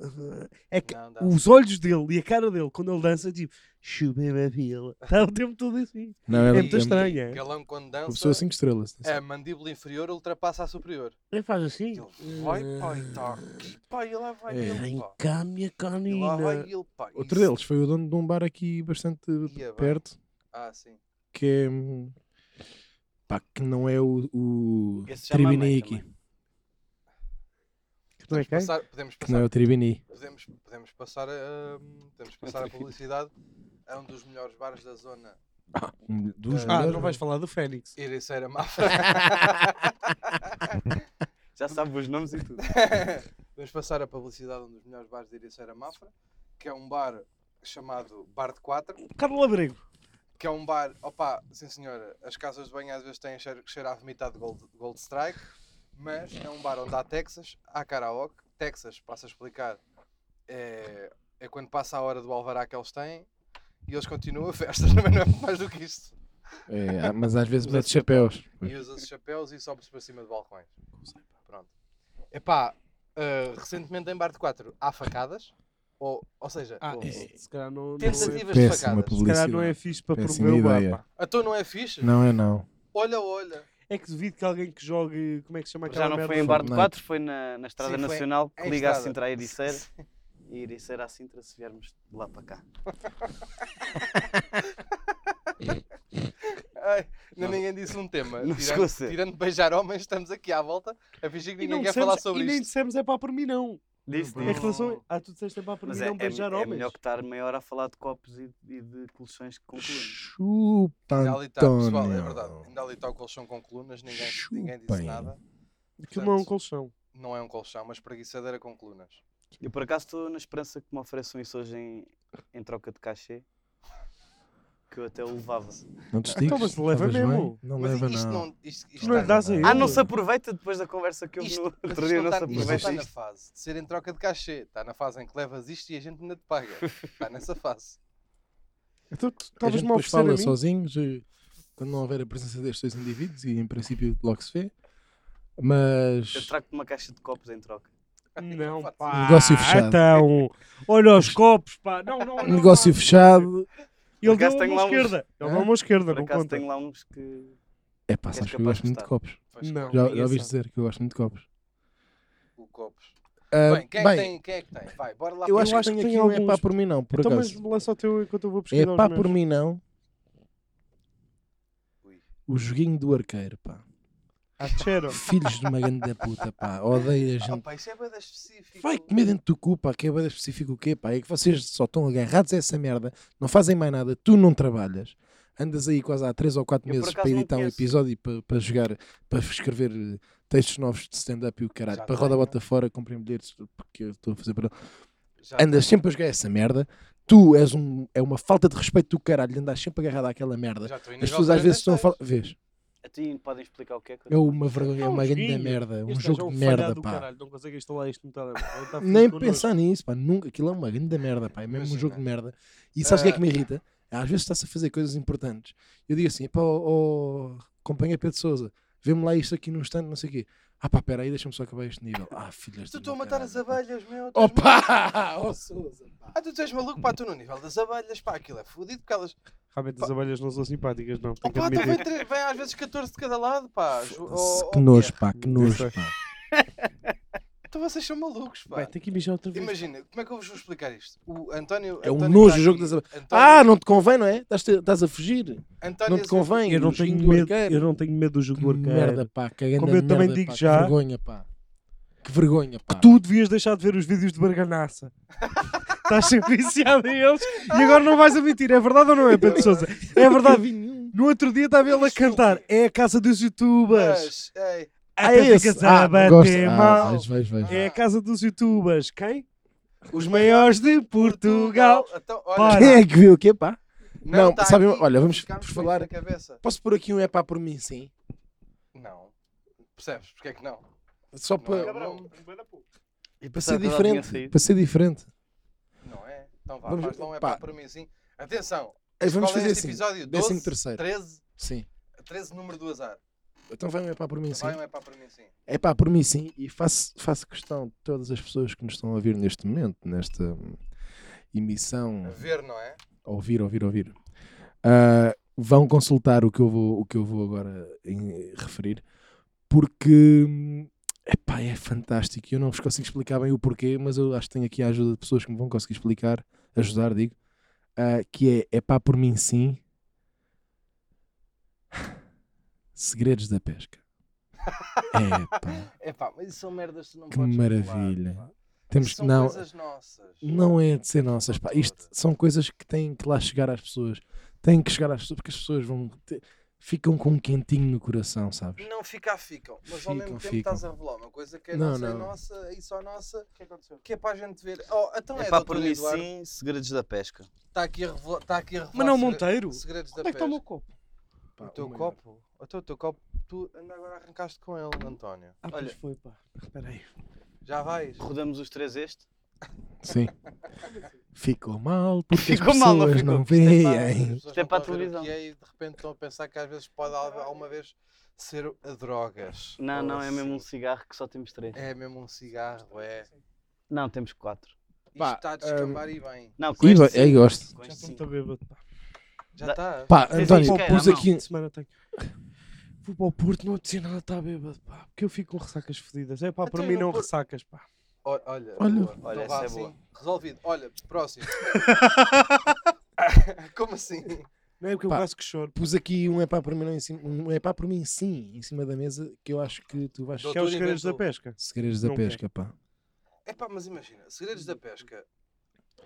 Speaker 2: É que
Speaker 1: Não, dá. assim.
Speaker 2: os olhos dele e a cara dele quando ele dança, tipo. Chubei a vila. Está o tempo todo assim.
Speaker 4: Não, é,
Speaker 2: É
Speaker 4: é
Speaker 2: muito
Speaker 4: uma
Speaker 2: estranho. é?
Speaker 1: Galão quando
Speaker 4: pessoa assim
Speaker 1: dança,
Speaker 4: 5 estrelas. atenção.
Speaker 1: a mandíbula inferior ultrapassa a superior.
Speaker 2: Ele faz assim.
Speaker 1: Ele vai, pá, e tá aqui, pá, e lá vai
Speaker 4: É.
Speaker 1: ele,
Speaker 2: Vem
Speaker 1: pá.
Speaker 2: cá, minha
Speaker 1: E lá vai
Speaker 2: canina.
Speaker 1: ele, pá.
Speaker 4: Outro
Speaker 1: Isso-
Speaker 4: deles foi o dono de um bar aqui bastante
Speaker 1: Ia bem.
Speaker 4: perto,
Speaker 1: Ah, sim.
Speaker 4: que é. hum, Pá, que não é o, o
Speaker 3: Esse chama a mãe
Speaker 4: Tribini aqui.
Speaker 3: também.
Speaker 2: Como é
Speaker 1: Podemos
Speaker 2: que é?
Speaker 1: passar, podemos
Speaker 4: Que não é
Speaker 1: passar,
Speaker 4: o Tribini.
Speaker 1: podemos, podemos passar, a, hum, podemos passar a publicidade a um dos melhores bares da zona
Speaker 4: Ah, um dos
Speaker 1: Ah,
Speaker 2: Ah,
Speaker 4: melhores,
Speaker 2: não vais falar do Fênix.
Speaker 1: Ericeira Mafra.
Speaker 3: Já sabe os nomes e tudo.
Speaker 1: Vamos passar a publicidade a um dos melhores bares de Ericeira Mafra, que é um bar chamado Bar de 4,
Speaker 2: Carlos Um Labrego.
Speaker 1: que é um bar, opá, sim senhora, as casas de banho às vezes têm cheiro, cheiro a vomitado de Gold, Gold Strike, mas é um bar onde há Texas, há karaoke, Texas, passo a explicar, é, é quando passa a hora do alvará que eles têm, e eles continuam a festa, também não é mais do que isto.
Speaker 4: É, ah, mas às vezes mete chapéus.
Speaker 1: E usa-se chapéus e sobe-se para cima de balcões. Pronto. Epá, ah, recentemente em Bar de 4 há facadas, ou, ou seja,
Speaker 2: Ah,
Speaker 1: ou-
Speaker 2: isso, se calhar não, não é, se
Speaker 1: tentativas de
Speaker 4: Péssima
Speaker 1: facadas.
Speaker 2: calhar
Speaker 4: publicidade.
Speaker 2: não é fixe para
Speaker 4: Péssima
Speaker 2: promover o bar,
Speaker 4: ideia.
Speaker 2: pá.
Speaker 1: Então não é fixe?
Speaker 4: Não é não.
Speaker 1: Olha, olha.
Speaker 2: É que duvido que alguém que jogue, como é que se chama aquela
Speaker 3: Já não
Speaker 2: merda?
Speaker 3: foi em Bar de
Speaker 4: Fortnite.
Speaker 3: 4, foi na, na Estrada
Speaker 1: Sim, foi
Speaker 3: Nacional, que
Speaker 1: em
Speaker 3: liga a
Speaker 1: estrada.
Speaker 3: Sintra a Ericeira e Ericeira a Sintra se viermos de lá para cá.
Speaker 1: Ai, ainda ninguém disse um tema.
Speaker 3: Não chegou a
Speaker 1: Tirando,
Speaker 3: ser.
Speaker 1: tirando beijar homens, estamos aqui à volta a fingir que
Speaker 2: E, não
Speaker 1: ninguém quer
Speaker 2: dissemos-
Speaker 1: falar sobre
Speaker 2: e nem
Speaker 1: isto.
Speaker 2: dissemos é pá por mim não.
Speaker 3: Disse,
Speaker 2: Em
Speaker 3: disse.
Speaker 2: relação a tu disseste é pá por
Speaker 3: Mas
Speaker 2: mim
Speaker 3: é,
Speaker 2: não
Speaker 3: é,
Speaker 2: beijar
Speaker 3: é
Speaker 2: homens.
Speaker 3: melhor que estar meia hora a falar de copos e, e de coleções que concluem.
Speaker 4: Chupa,
Speaker 1: Ainda ali está, pessoal, é
Speaker 4: António.
Speaker 1: verdade. Ainda ali está o colchão com colunas, ninguém,
Speaker 4: Chupem.
Speaker 1: ninguém disse nada.
Speaker 2: Que não é um
Speaker 1: Portanto,
Speaker 2: colchão.
Speaker 1: Não é um colchão, mas preguiçadeira com colunas.
Speaker 3: Eu por acaso estou na esperança que me ofereçam isso hoje em, em troca de cachê, que eu até o levava.
Speaker 4: Não te estiques,
Speaker 2: Então, mas leva
Speaker 4: estavas bem?
Speaker 2: mesmo.
Speaker 4: Não
Speaker 1: Mas
Speaker 4: leva
Speaker 1: isto
Speaker 4: não.
Speaker 1: não. Isto, isto
Speaker 2: Tu não lhe
Speaker 1: está-
Speaker 2: dás a ele.
Speaker 3: Ah, não se aproveita depois da conversa que houve
Speaker 1: Isto-
Speaker 3: no
Speaker 1: mas
Speaker 3: outro
Speaker 1: isto
Speaker 3: dia,
Speaker 1: não
Speaker 3: não se
Speaker 1: está, isto não
Speaker 3: aproveita
Speaker 1: está na
Speaker 3: isto.
Speaker 1: fase de ser em troca de cachê. Está na fase em que levas isto e a gente ainda te paga. Está nessa fase.
Speaker 2: Então tu
Speaker 4: A gente
Speaker 2: estavas-me a
Speaker 4: depois
Speaker 2: oferecer a
Speaker 4: fala
Speaker 2: mim.
Speaker 4: sozinhos eh, quando não houver a presença destes dois indivíduos e em princípio logo se vê. Mas
Speaker 3: Eu trago-te uma caixa de copos em troca.
Speaker 2: Não,
Speaker 1: Faz.
Speaker 2: pá.
Speaker 4: Negócio fechado.
Speaker 2: Então, olha os copos, pá. Não, não, não,
Speaker 4: um negócio
Speaker 2: não.
Speaker 4: fechado.
Speaker 2: Ele
Speaker 3: Por acaso
Speaker 2: deu a mão
Speaker 3: tenho lá uns-
Speaker 2: esquerda. Ele
Speaker 4: Hã?
Speaker 2: deu a mão esquerda,
Speaker 3: Por
Speaker 2: não
Speaker 3: acaso
Speaker 2: conta.
Speaker 3: tenho lá uns que.
Speaker 4: É pá,
Speaker 3: És
Speaker 4: sabes que eu
Speaker 3: capaz
Speaker 4: gosto
Speaker 3: de
Speaker 4: muito de
Speaker 3: gostar.
Speaker 4: copos.
Speaker 1: Pois,
Speaker 2: Não.
Speaker 1: com-
Speaker 4: Já,
Speaker 2: ninguém
Speaker 4: já ouviste
Speaker 2: sabe.
Speaker 4: dizer que eu gosto muito de copos.
Speaker 1: com copos.
Speaker 4: Ah,
Speaker 1: Bem, quem, é que tem, quem é que tem? Vai, bora lá.
Speaker 4: eu
Speaker 1: para-
Speaker 4: acho que tem aqui um é
Speaker 2: alguns.
Speaker 4: pá por mim não, por
Speaker 2: Então, mas
Speaker 4: acaso.
Speaker 2: lança o teu enquanto eu vou
Speaker 4: É
Speaker 2: pesquisar os
Speaker 4: pá
Speaker 2: meus.
Speaker 4: por mim não,
Speaker 1: Ui.
Speaker 4: o joguinho do arqueiro, pá.
Speaker 2: Ah, cheiro.
Speaker 4: Filhos de uma grande puta, pá. Odeio a
Speaker 1: Ah,
Speaker 4: gente.
Speaker 1: pá, isso é bada específico.
Speaker 4: Vai comer dentro do cu, pá, que é bem específico o quê, pá? É que vocês só estão agarrados a essa merda, não fazem mais nada, tu não trabalhas. Andas aí quase há 3 ou 4
Speaker 3: Eu, por
Speaker 4: meses
Speaker 3: acaso,
Speaker 4: para
Speaker 3: não
Speaker 4: editar um
Speaker 3: conheço.
Speaker 4: episódio e para, para jogar, para escrever eh, textos novos de stand-up e o caralho,
Speaker 1: Já
Speaker 4: para roda
Speaker 1: tenho.
Speaker 4: bota fora, comprei mulheres, porque eu estou a fazer para
Speaker 1: Já
Speaker 4: andas sempre a jogar essa merda, tu és um, é uma falta de respeito do caralho, andas sempre agarrado àquela merda.
Speaker 1: Já estou em
Speaker 4: As
Speaker 1: nível
Speaker 4: pessoas às vezes estão a
Speaker 1: 46.
Speaker 4: falar. Vês?
Speaker 3: A ti podem explicar o que é que
Speaker 4: É uma
Speaker 2: É
Speaker 4: vergonha, é uma
Speaker 2: um
Speaker 4: grande
Speaker 2: joguinho.
Speaker 4: merda, um
Speaker 2: Este gajo é
Speaker 4: jogo de merda,
Speaker 2: falhado do
Speaker 4: pá.
Speaker 2: caralho, Não consegue instalar isto no telemóvel. Ele está
Speaker 1: tá
Speaker 2: feliz
Speaker 4: Nem
Speaker 2: connosco.
Speaker 4: pensar nisso, pá, nunca. Aquilo é uma grande merda, pá, é mesmo um jogo de merda. E sabes o que é que me
Speaker 1: Ah.
Speaker 4: irrita? Às vezes estás a fazer coisas importantes. Eu digo assim, pá, ó, ó, companhia Pedro Souza, vê-me lá isto aqui num instante, não sei o quê. Ah, pá, peraí, deixa-me só acabar este nível. Ah, filhas
Speaker 1: Tu
Speaker 4: de
Speaker 1: estou a
Speaker 4: uma
Speaker 1: matar as
Speaker 4: caralho, pá.
Speaker 1: abelhas, é meu. tu és
Speaker 4: Opa! Ó Souza, pá.
Speaker 1: Ah, tu tu és maluco, pá, tu no nível das abelhas, pá, aquilo é fodido, porque elas.
Speaker 2: Realmente as abelhas não são simpáticas, não.
Speaker 1: Oh,
Speaker 2: Tenho que
Speaker 1: pá, então
Speaker 2: admitir.
Speaker 1: vem, três- vem às vezes 14 de cada lado, pá. Ju-
Speaker 4: Nossa,
Speaker 1: oh,
Speaker 4: Que
Speaker 1: oh,
Speaker 4: nojo,
Speaker 1: Pierre,
Speaker 4: pá, que
Speaker 2: Isso é.
Speaker 4: nojo, pá.
Speaker 1: Então vocês são malucos, pá.
Speaker 2: Vai, tem que mijar outra vez.
Speaker 1: Imagina, como é que eu vos vou explicar isto? O António.
Speaker 4: É um
Speaker 1: António
Speaker 4: nojo
Speaker 1: tá
Speaker 4: o jogo
Speaker 1: aqui.
Speaker 4: das abelhas.
Speaker 1: António-
Speaker 4: Ah, não te convém, não é? Estás te- Estás a fugir.
Speaker 1: António
Speaker 4: Não te convém.
Speaker 2: Eu não,
Speaker 4: o joguinho
Speaker 2: tenho
Speaker 4: do
Speaker 2: medo,
Speaker 4: arqueiro.
Speaker 2: eu não tenho medo do jogo do
Speaker 4: Que
Speaker 2: arqueiro.
Speaker 4: merda, pá. Que grande
Speaker 2: Como eu também
Speaker 4: merda,
Speaker 2: digo
Speaker 4: pá,
Speaker 2: já-
Speaker 4: Que vergonha, pá. Que vergonha, pá.
Speaker 2: Tu devias deixar de ver os vídeos de Barganaça. Estás sempre viciado em eles e agora não vais admitir. É verdade ou não é, Pedro Souza? É verdade. No outro dia estava ele a cantar. É a casa dos youtubers.
Speaker 1: Mas, ei,
Speaker 4: Ah,
Speaker 2: Até
Speaker 4: esse.
Speaker 2: ficas
Speaker 4: Ah,
Speaker 2: a
Speaker 4: não gosto.
Speaker 2: é bater
Speaker 4: Ah,
Speaker 2: mal.
Speaker 4: vais, vais, vais.
Speaker 2: É a casa dos youtubers. Quem? Os maiores de Portugal.
Speaker 1: Então,
Speaker 2: Pá,
Speaker 1: olha,
Speaker 4: Quem é que viu o quê, pá? não,
Speaker 1: tá
Speaker 4: sabe,
Speaker 1: aqui,
Speaker 4: olha, vamos
Speaker 1: ficámos
Speaker 4: por
Speaker 1: com isto
Speaker 4: falar-
Speaker 1: Na cabeça.
Speaker 4: Posso pôr aqui um é pá por mim, sim?
Speaker 1: Não. Percebes? Porque é que não?
Speaker 4: Só
Speaker 1: Não é,
Speaker 4: para,
Speaker 1: o nome,
Speaker 3: E
Speaker 4: para ser
Speaker 3: pensava que ela tinha
Speaker 4: diferente.
Speaker 3: saído.
Speaker 4: Para ser diferente.
Speaker 1: não é? Então vá,
Speaker 4: Vamos-
Speaker 1: faz lá um é
Speaker 4: pá.
Speaker 1: pá para mim assim. Atenção,
Speaker 4: Ei, Vamos
Speaker 1: qual é
Speaker 4: fazer
Speaker 1: este
Speaker 4: assim.
Speaker 1: episódio?
Speaker 4: 13
Speaker 1: 12,
Speaker 4: terceiro.
Speaker 1: 13,
Speaker 4: Sim.
Speaker 1: 13 número do azar.
Speaker 4: Então vai um é pá por mim, sim.
Speaker 1: Vai um é pá para mim assim.
Speaker 4: É pá, por mim sim, e faço, faço questão de todas as pessoas que nos estão a ouvir neste momento, nesta hum,
Speaker 1: A
Speaker 4: emissão,
Speaker 1: ver, não é?
Speaker 4: ouvir, ouvir, ouvir, ah, vão consultar o que eu vou, o que eu vou agora em- referir, porque hum, epá, é fantástico. Eu não vos consigo explicar bem o porquê, mas eu acho que tenho aqui a ajuda de pessoas que me vão conseguir explicar, ajudar, digo, ah, que é é pá, por mim sim, segredos da pesca. É pá.
Speaker 1: É pá, mas isso são merdas que tu não
Speaker 4: Que
Speaker 1: podes revelar,
Speaker 4: maravilha.
Speaker 1: pá.
Speaker 4: Temos
Speaker 1: Isso
Speaker 4: que
Speaker 1: são
Speaker 4: não,
Speaker 1: coisas nossas.
Speaker 4: não é de ser nossas, pá. Isto são coisas que têm que lá chegar às pessoas. Têm que chegar às pessoas porque as pessoas vão ter- ficam com um quentinho no coração, sabes?
Speaker 1: Não ficar, ficam. Mas ao
Speaker 4: Ficam,
Speaker 1: mesmo tempo
Speaker 4: ficam.
Speaker 1: estás a revelar uma coisa que é
Speaker 4: Não,
Speaker 1: nossa, é
Speaker 4: não.
Speaker 1: nossa e só nossa. O que aconteceu? Que é para a gente ver. Oh, então é,
Speaker 3: É
Speaker 1: é
Speaker 3: pá, por mim
Speaker 1: Eduardo.
Speaker 3: sim, segredos da pesca.
Speaker 1: Está aqui a revelar. Está aqui a revelar
Speaker 2: Mas não,
Speaker 1: segre-
Speaker 2: Monteiro.
Speaker 1: Segredos
Speaker 2: Onde é que
Speaker 1: da
Speaker 2: está
Speaker 1: pesca.
Speaker 2: o meu copo?
Speaker 4: Pá,
Speaker 1: O teu
Speaker 4: uma-
Speaker 1: copo? Até o teu copo, tu ainda agora arrancaste com ele, António.
Speaker 2: Ah, pois
Speaker 3: Olha.
Speaker 2: foi, pá. Espera aí.
Speaker 1: Já vais?
Speaker 3: Rodamos os três este.
Speaker 4: Sim. Ficou mal porque
Speaker 3: Ficou
Speaker 4: as
Speaker 3: mal,
Speaker 4: pessoas
Speaker 3: não
Speaker 4: não,
Speaker 3: ficou? Isto
Speaker 1: As
Speaker 4: veem.
Speaker 1: pessoas
Speaker 3: Isto é
Speaker 1: não
Speaker 3: para a
Speaker 1: estão ver o
Speaker 3: televisão.
Speaker 1: que é e de repente estão a pensar que às vezes pode al- alguma vez ser a drogas.
Speaker 3: Não,
Speaker 1: ou
Speaker 3: não, é mesmo um
Speaker 1: assim.
Speaker 3: cigarro que só temos três.
Speaker 1: É mesmo um cigarro, é.
Speaker 3: Não, temos quatro.
Speaker 1: Isto
Speaker 4: Pá,
Speaker 2: hum,
Speaker 1: está a descambar e bem.
Speaker 3: Não, com
Speaker 4: E
Speaker 3: este
Speaker 4: go-
Speaker 3: sim.
Speaker 4: eu gosto.
Speaker 3: Com
Speaker 2: Já
Speaker 3: este
Speaker 2: estou
Speaker 3: sim.
Speaker 2: muito bêbado.
Speaker 1: Já
Speaker 3: Da-
Speaker 1: está.
Speaker 4: Pá,
Speaker 3: Vocês é
Speaker 4: António,
Speaker 1: é?
Speaker 3: isqueira,
Speaker 4: pus
Speaker 3: não?
Speaker 4: aqui. um,
Speaker 2: De semana tenho. Vou para o Porto, não acontecer nada, está bêbado, pá. Porque eu fico com ressacas fodidas. É pá,
Speaker 1: Então
Speaker 2: para
Speaker 1: e
Speaker 2: mim
Speaker 1: no
Speaker 2: não
Speaker 1: Porto?
Speaker 2: ressacas, pá.
Speaker 1: Olha, olha,
Speaker 4: Olha.
Speaker 1: boa.
Speaker 3: Olha,
Speaker 1: Então vá
Speaker 3: essa é
Speaker 1: assim. Resolvido. Olha, próximo. Como assim?
Speaker 2: Não é porque
Speaker 4: Pá.
Speaker 2: eu quase que choro.
Speaker 4: Pus aqui um epá por mim, não em cima, um epá por mim sim em cima da mesa que eu acho que tu vais.
Speaker 1: Doutor
Speaker 2: Que é os caras da
Speaker 1: inventou.
Speaker 2: pesca.
Speaker 4: Segredos da
Speaker 2: Não quer.
Speaker 4: pesca, pá.
Speaker 1: Epá, mas imagina, segredos da pesca.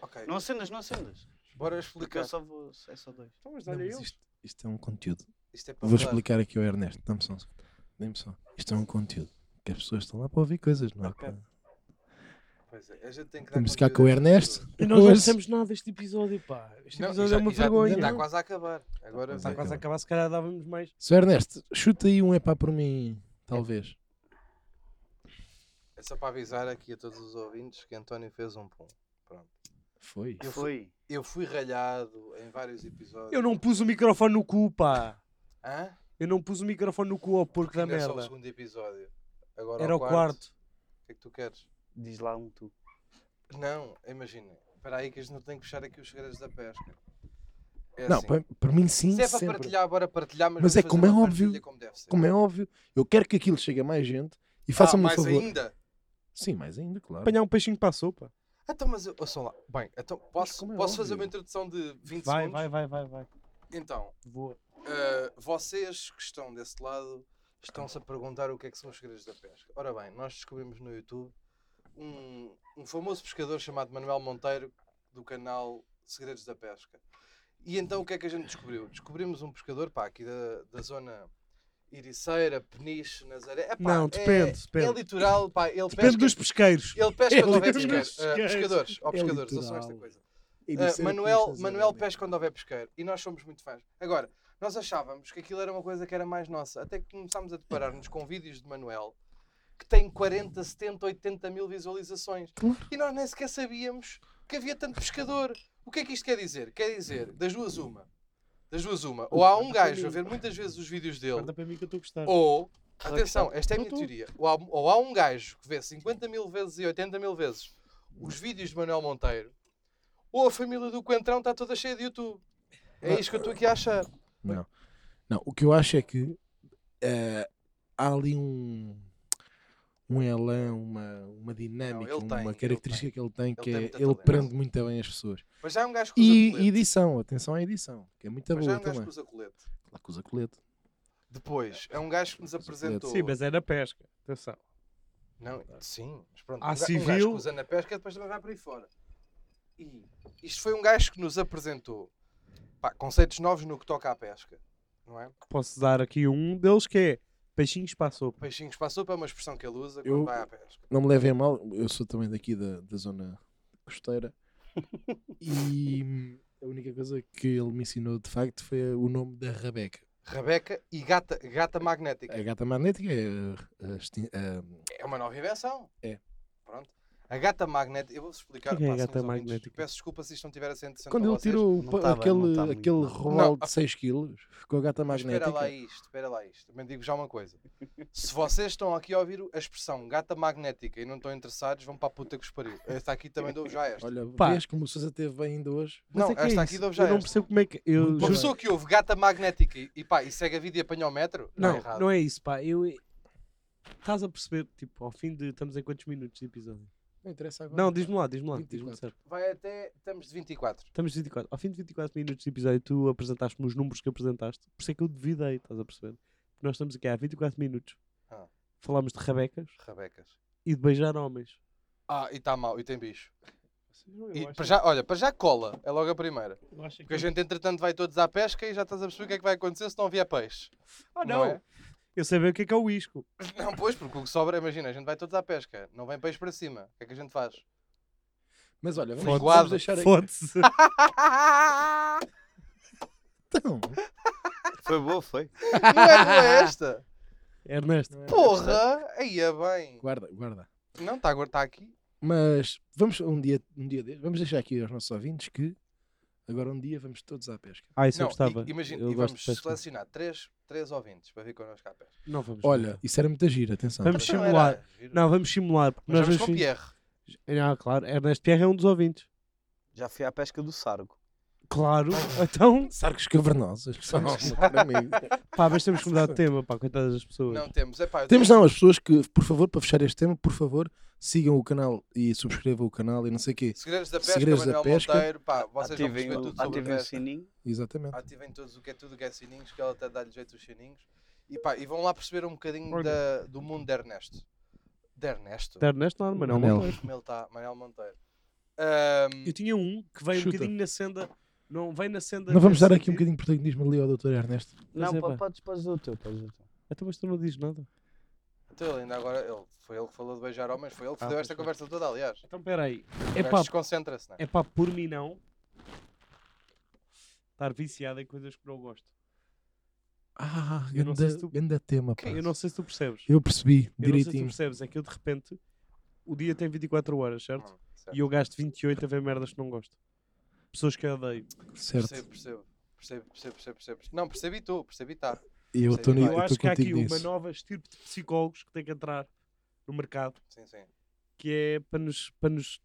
Speaker 1: Ok,
Speaker 3: Não acendas, não acendas.
Speaker 1: bora
Speaker 3: Porque eu
Speaker 1: explicar.
Speaker 3: só vou. É só dois.
Speaker 2: Então, mas
Speaker 4: Não,
Speaker 2: olha
Speaker 4: mas
Speaker 2: eu.
Speaker 4: isto, isto é um conteúdo.
Speaker 1: Isto é para
Speaker 4: Vou
Speaker 1: dar.
Speaker 4: explicar aqui ao Ernesto. Dá-me só. um segundo. Dê-me só. Isto é um conteúdo. Que as pessoas estão lá para ouvir coisas, não é?
Speaker 3: Ok.
Speaker 4: pá?
Speaker 1: Pois é, a gente tem que dar
Speaker 4: Temos de ficar
Speaker 1: conteúdo
Speaker 4: com o
Speaker 1: a estas
Speaker 4: Ernesto.
Speaker 1: pessoas.
Speaker 2: E nós não
Speaker 4: Hoje-
Speaker 2: dissemos nada deste episódio, pá. Este
Speaker 1: Não,
Speaker 2: episódio
Speaker 1: e já-
Speaker 2: é uma
Speaker 1: e já-
Speaker 2: vergonha.
Speaker 1: Está
Speaker 2: não?
Speaker 1: quase a acabar. Agora
Speaker 4: Está
Speaker 2: Está
Speaker 1: vai.
Speaker 2: quase a
Speaker 4: acabar.
Speaker 2: acabar, se calhar dávamos mais.
Speaker 4: Sr. Ernesto, chuta aí um epá por mim, talvez.
Speaker 1: É só para avisar aqui a todos os ouvintes que António fez um pum. Pronto.
Speaker 4: Foi.
Speaker 1: Eu fui,
Speaker 3: Foi.
Speaker 1: eu fui ralhado em vários episódios.
Speaker 2: Eu não pus o microfone no cu, pá.
Speaker 1: Hã?
Speaker 2: Eu não pus o microfone no cu ao porco da
Speaker 1: Ainda é só o
Speaker 2: merda.
Speaker 1: segundo episódio. Agora
Speaker 2: Era
Speaker 1: ao
Speaker 2: o quarto.
Speaker 1: O que é que tu queres?
Speaker 3: Diz lá um tu.
Speaker 1: Não, imagina. Espera aí que a gente não tem que fechar aqui os segredos da pesca. É
Speaker 4: Não,
Speaker 1: assim.
Speaker 4: para, para mim sim,
Speaker 1: Se é para
Speaker 4: sempre.
Speaker 1: partilhar, bora partilhar, mas,
Speaker 4: Mas
Speaker 1: vamos
Speaker 4: é como
Speaker 1: fazer
Speaker 4: é
Speaker 1: uma
Speaker 4: óbvio,
Speaker 1: partilha Como, deve ser.
Speaker 4: Como é óbvio, eu quero que aquilo chegue a mais gente e
Speaker 1: ah,
Speaker 4: façam-me um
Speaker 1: mais
Speaker 4: favor.
Speaker 1: ainda?
Speaker 4: Sim, mais ainda, claro.
Speaker 2: Apanhar um peixinho para a sopa.
Speaker 1: Então, mas eu- ouçam lá. Bem, então posso,
Speaker 4: como é
Speaker 1: posso fazer
Speaker 4: óbvio.
Speaker 1: uma introdução de 20
Speaker 2: Vai,
Speaker 1: segundos?
Speaker 2: vai, vai, vai, vai.
Speaker 1: Então,
Speaker 2: Boa.
Speaker 1: Uh, vocês que estão desse lado estão-se a perguntar o que é que são os segredos da pesca. Ora bem, nós descobrimos no YouTube um, um famoso pescador chamado Manuel Monteiro do canal Segredos da Pesca. E então o que é que a gente descobriu? Descobrimos um pescador pá, aqui da, da zona Iriceira, Peniche, Nazaré. É, pá,
Speaker 2: Não,
Speaker 1: é-
Speaker 2: depende,
Speaker 1: É,
Speaker 2: depende.
Speaker 1: litoral, pá, ele
Speaker 2: Depende
Speaker 1: pesca.
Speaker 2: dos pesqueiros.
Speaker 1: Ele pesca quando houver
Speaker 2: depende
Speaker 1: pesqueiro.
Speaker 2: dos
Speaker 1: Uh,
Speaker 2: pesqueiros.
Speaker 1: pescadores, ó
Speaker 4: É
Speaker 1: pescadores, ouçam
Speaker 4: litoral.
Speaker 1: esta coisa.
Speaker 4: E
Speaker 1: Uh,
Speaker 4: dizer que
Speaker 1: Manuel,
Speaker 4: isto é
Speaker 1: Manuel
Speaker 4: zero.
Speaker 1: pesca quando houver pesqueiro e nós somos muito fãs. Agora, nós achávamos que aquilo era uma coisa que era mais nossa, até que começámos a deparar-nos com vídeos de Manuel que tem 40, 70, 80 mil visualizações
Speaker 4: Claro.
Speaker 1: e nós nem sequer sabíamos que havia tanto pescador. O que é que isto quer dizer? Quer dizer, das duas, uma. Das duas, uma. Ou há um gajo a ver muitas vezes os vídeos dele
Speaker 2: Guarda para mim que eu estou a gostar.
Speaker 1: ou,
Speaker 3: Tá
Speaker 1: atenção, esta é a
Speaker 2: Não
Speaker 1: minha
Speaker 2: tô.
Speaker 1: teoria. Ou há, ou há um gajo que vê 50 mil vezes e 80 mil vezes os vídeos de Manuel Monteiro, ou a família do Coentrão está toda cheia de YouTube. É
Speaker 4: Não.
Speaker 1: isto que eu estou aqui a achar.
Speaker 4: Não. Não, o que eu acho é que eh, há ali um um elan, uma, uma dinâmica,
Speaker 1: ele tem,
Speaker 4: uma
Speaker 1: ele
Speaker 4: característica que ele tem, que
Speaker 1: tem
Speaker 4: é,
Speaker 1: muito
Speaker 4: ele
Speaker 1: talento.
Speaker 4: prende muito bem as pessoas.
Speaker 1: Mas já há um gajo que usa
Speaker 4: E
Speaker 1: colete.
Speaker 4: edição, atenção à edição, que é muito
Speaker 1: Mas já há
Speaker 4: boa
Speaker 1: um gajo
Speaker 4: também.
Speaker 1: que usa colete.
Speaker 4: Lá com os acolete.
Speaker 1: Depois, é um gajo que nos
Speaker 4: colete.
Speaker 1: apresentou.
Speaker 2: Sim, mas é na pesca. Atenção.
Speaker 1: Não, sim, mas pronto.
Speaker 4: Ah,
Speaker 2: Há
Speaker 1: um, ga- um gajo
Speaker 2: civil.
Speaker 1: que usa na pesca e depois também vai para aí fora. E isto foi um gajo que nos apresentou pá, conceitos novos no que toca à pesca. Não é?
Speaker 2: Posso dar aqui um deles que é peixinhos para a sopa.
Speaker 1: Peixinhos para a sopa é uma expressão que ele usa quando
Speaker 4: Eu-
Speaker 1: vai à pesca.
Speaker 4: Não me levem a mal, eu sou também daqui da, da zona costeira. e hum, a única coisa que ele me ensinou de facto foi o nome da Rabeca.
Speaker 1: Rebeca e Gata, Gata Magnética.
Speaker 4: A gata magnética é a- a esti- a-
Speaker 1: É uma nova invenção.
Speaker 4: É.
Speaker 1: Pronto. A Gata Magnética, eu vou-vos explicar.
Speaker 2: O que é a
Speaker 1: pá, senhores
Speaker 2: Gata
Speaker 1: ouvintes,
Speaker 2: Magnética?
Speaker 1: Peço desculpa se isto não estiver a ser interessante
Speaker 4: Quando
Speaker 1: para
Speaker 4: ele
Speaker 1: vocês.
Speaker 4: tirou
Speaker 3: não
Speaker 4: pa-
Speaker 3: tá bem,
Speaker 4: aquele,
Speaker 3: não tá muito
Speaker 4: aquele
Speaker 3: bem.
Speaker 4: robalo
Speaker 1: Não,
Speaker 4: de 6 kg, ficou a gata
Speaker 1: Mas Espera
Speaker 4: magnética.
Speaker 1: lá isto, espera lá isto. Também digo já uma coisa. Se vocês estão aqui a ouvir a expressão Gata Magnética e não estão interessados, vão para a puta que os pariu. Esta aqui também dou já esta.
Speaker 4: Olha,
Speaker 2: Pá.
Speaker 4: vês como o Sousa teve bem ainda hoje.
Speaker 1: não,
Speaker 2: Mas é que é
Speaker 1: esta
Speaker 2: isso.
Speaker 1: aqui dou já
Speaker 2: Eu não
Speaker 1: esta.
Speaker 2: percebo como é que. Eu,
Speaker 4: Muito
Speaker 1: Uma
Speaker 4: bem.
Speaker 2: juro-
Speaker 1: pessoa que ouve Gata Magnética e, e pá, e segue a vida e apanha o metro,
Speaker 2: Não,
Speaker 1: é errado.
Speaker 2: não é isso, pá. Eu. Estás a perceber, tipo, ao fim de. Estamos em quantos minutos de episódio?
Speaker 4: Não interessa agora.
Speaker 2: Não, diz-me lá, diz-me lá. Diz-me
Speaker 4: 24.
Speaker 2: certo.
Speaker 1: Vai até, estamos de 24.
Speaker 2: Estamos de 24. Ao fim de 24 minutos de episódio, tu apresentaste-me os números que apresentaste. Por isso é que eu duvidei, estás a perceber? Porque nós estamos aqui há 24 minutos.
Speaker 1: Ah.
Speaker 2: Falámos de rabecas
Speaker 1: Rebecas.
Speaker 2: e de beijar homens.
Speaker 1: Ah, e está mal, e tem bicho. E
Speaker 2: Eu acho-
Speaker 1: para já, olha, para já cola, é logo a primeira.
Speaker 2: eu acho que-
Speaker 1: Porque a gente, entretanto, vai todos à pesca e já estás a perceber o que é que vai acontecer se não vier peixe.
Speaker 2: Ah,
Speaker 1: não
Speaker 2: não!
Speaker 1: é?
Speaker 2: Eu sei bem o que é que é o isco.
Speaker 1: Não, pois, porque o que sobra, imagina, a gente vai todos à pesca, não vem peixe para cima. O que é que a gente faz?
Speaker 4: Mas olha, vamos,
Speaker 1: Foda-se.
Speaker 4: vamos deixar aqui.
Speaker 2: Foda-se.
Speaker 1: não
Speaker 4: Então,
Speaker 3: Foi boa, foi.
Speaker 1: é boa esta!
Speaker 2: Ernesto.
Speaker 1: Porra! Aí é bem.
Speaker 4: guarda, guarda.
Speaker 1: Não, está agora está aqui.
Speaker 4: Mas vamos um dia, um dia deste- vamos deixar aqui aos nossos ouvintes que agora um dia vamos todos à pesca.
Speaker 2: Ah, isso
Speaker 1: Não,
Speaker 2: eu gostava.
Speaker 1: e, imagina,
Speaker 2: eu
Speaker 1: e
Speaker 2: gosto
Speaker 1: vamos
Speaker 2: de pesca.
Speaker 1: selecionar três, três ouvintes para vir connosco à pesca.
Speaker 2: Não vamos.
Speaker 4: Olha, isso era muita gira, atenção.
Speaker 2: Vamos
Speaker 1: Então era
Speaker 2: simular.
Speaker 1: giro.
Speaker 2: Não, vamos simular. Porque
Speaker 1: Mas
Speaker 2: nós
Speaker 1: vamos com o
Speaker 2: vamos
Speaker 1: Pierre.
Speaker 2: fi- Ah, claro. Ernesto Pierre é um dos ouvintes.
Speaker 3: Já fui à pesca do sargo.
Speaker 2: Claro. Então,
Speaker 4: Sarcos cavernosos. que são o meu caro amigo.
Speaker 2: pá, mas temos que mudar de tema, pá, coitadas das pessoas.
Speaker 1: Não temos. Epá, eu
Speaker 4: Temos
Speaker 1: tenho-
Speaker 4: não, as pessoas que, por favor, para fechar este tema, por favor, sigam o canal e subscrevam o canal e não sei o quê.
Speaker 1: Segredos da Pesca,
Speaker 4: Segredos da
Speaker 1: Manuel
Speaker 4: Pesca.
Speaker 1: Monteiro. Pá, vocês vão
Speaker 3: Ativem,
Speaker 1: perceber
Speaker 3: o,
Speaker 1: tudo sobre a
Speaker 3: ativem o
Speaker 1: pesca.
Speaker 3: sininho.
Speaker 2: Ah,
Speaker 4: Exatamente.
Speaker 1: ativem todos o que é tudo que é sininhos, que ela até dá-lhe jeito os sininhos. E pá, e vão lá perceber um bocadinho
Speaker 2: Olha.
Speaker 1: da- do mundo de Ernesto. De Ernesto?
Speaker 2: De Ernesto não, mas não.
Speaker 4: Manel.
Speaker 2: Monteiro.
Speaker 1: Como ele está, Manuel Monteiro. Ahm,
Speaker 2: Eu tinha um que veio um
Speaker 4: Chuta.
Speaker 2: bocadinho na senda. Não veio na senda.
Speaker 4: Não vamos
Speaker 2: nesse
Speaker 4: dar aqui um
Speaker 2: sentido.
Speaker 4: bocadinho de protagonismo ali ao Dr. Ernesto.
Speaker 3: Não,
Speaker 2: é,
Speaker 3: po-
Speaker 2: pá.
Speaker 3: podes, podes dar o teu, podes dar o teu.
Speaker 2: Até mas tu não dizes nada.
Speaker 1: então ele ainda agora, ele, foi ele que falou de beijar homens, foi ele que
Speaker 2: Ah,
Speaker 1: deu
Speaker 2: pois
Speaker 1: esta
Speaker 2: foi.
Speaker 1: conversa toda, aliás.
Speaker 2: Então peraí.
Speaker 1: É
Speaker 2: É pá,
Speaker 1: desconcentra-se, né?
Speaker 2: é pá, por mim não. Estar viciado em coisas que não gosto.
Speaker 4: Ah,
Speaker 2: Eu não sei se
Speaker 4: ganda,
Speaker 2: tu-
Speaker 4: ganda tema, pá.
Speaker 2: Eu não sei se tu percebes.
Speaker 4: Eu
Speaker 2: Eu não
Speaker 4: percebi,
Speaker 2: sei se tu
Speaker 4: direitinho.
Speaker 2: percebes, é que eu de repente o dia tem 24 horas, certo?
Speaker 1: Hum, certo.
Speaker 2: E eu gasto 28 a ver merdas que não gosto. Pessoas que eu odeio.
Speaker 4: Certo.
Speaker 1: Percebo, percebo. Percebo, percebo, percebo, percebo. Não, percebi tu, percebi tá.
Speaker 4: E
Speaker 1: Percebo.
Speaker 4: eu estou
Speaker 1: Eu
Speaker 2: Eu acho que há aqui
Speaker 4: contigo
Speaker 2: uma
Speaker 4: nisso.
Speaker 2: nova estirpe de psicólogos que tem que entrar no mercado,
Speaker 1: Sim, sim.
Speaker 2: que é para nos, para nos,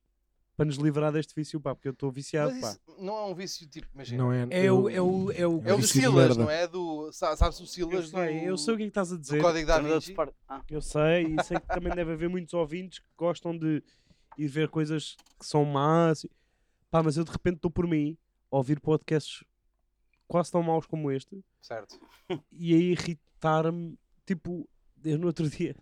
Speaker 2: para nos livrar deste vício, pá, porque eu estou viciado,
Speaker 1: Mas
Speaker 2: pá.
Speaker 1: isso não é um vício tipo, imagina.
Speaker 4: Não é,
Speaker 2: É o, é o, é o...
Speaker 1: É o do
Speaker 4: vício de
Speaker 1: Silas,
Speaker 4: merda.
Speaker 1: não é? Do, sa- sabes o
Speaker 2: Eu
Speaker 1: Silas
Speaker 2: sei,
Speaker 1: do,
Speaker 2: eu sei o que é que estás a
Speaker 1: do
Speaker 2: dizer.
Speaker 1: código da
Speaker 3: Também dá o
Speaker 1: Vinci?
Speaker 3: Spar- Ah,
Speaker 2: Eu sei, e sei que também deve haver muitos ouvintes que gostam de ir ver coisas que são más. Pá, mas eu de repente estou por mim a ouvir podcasts quase tão maus como este
Speaker 1: Certo.
Speaker 2: e a irritar-me. Tipo, eu no outro dia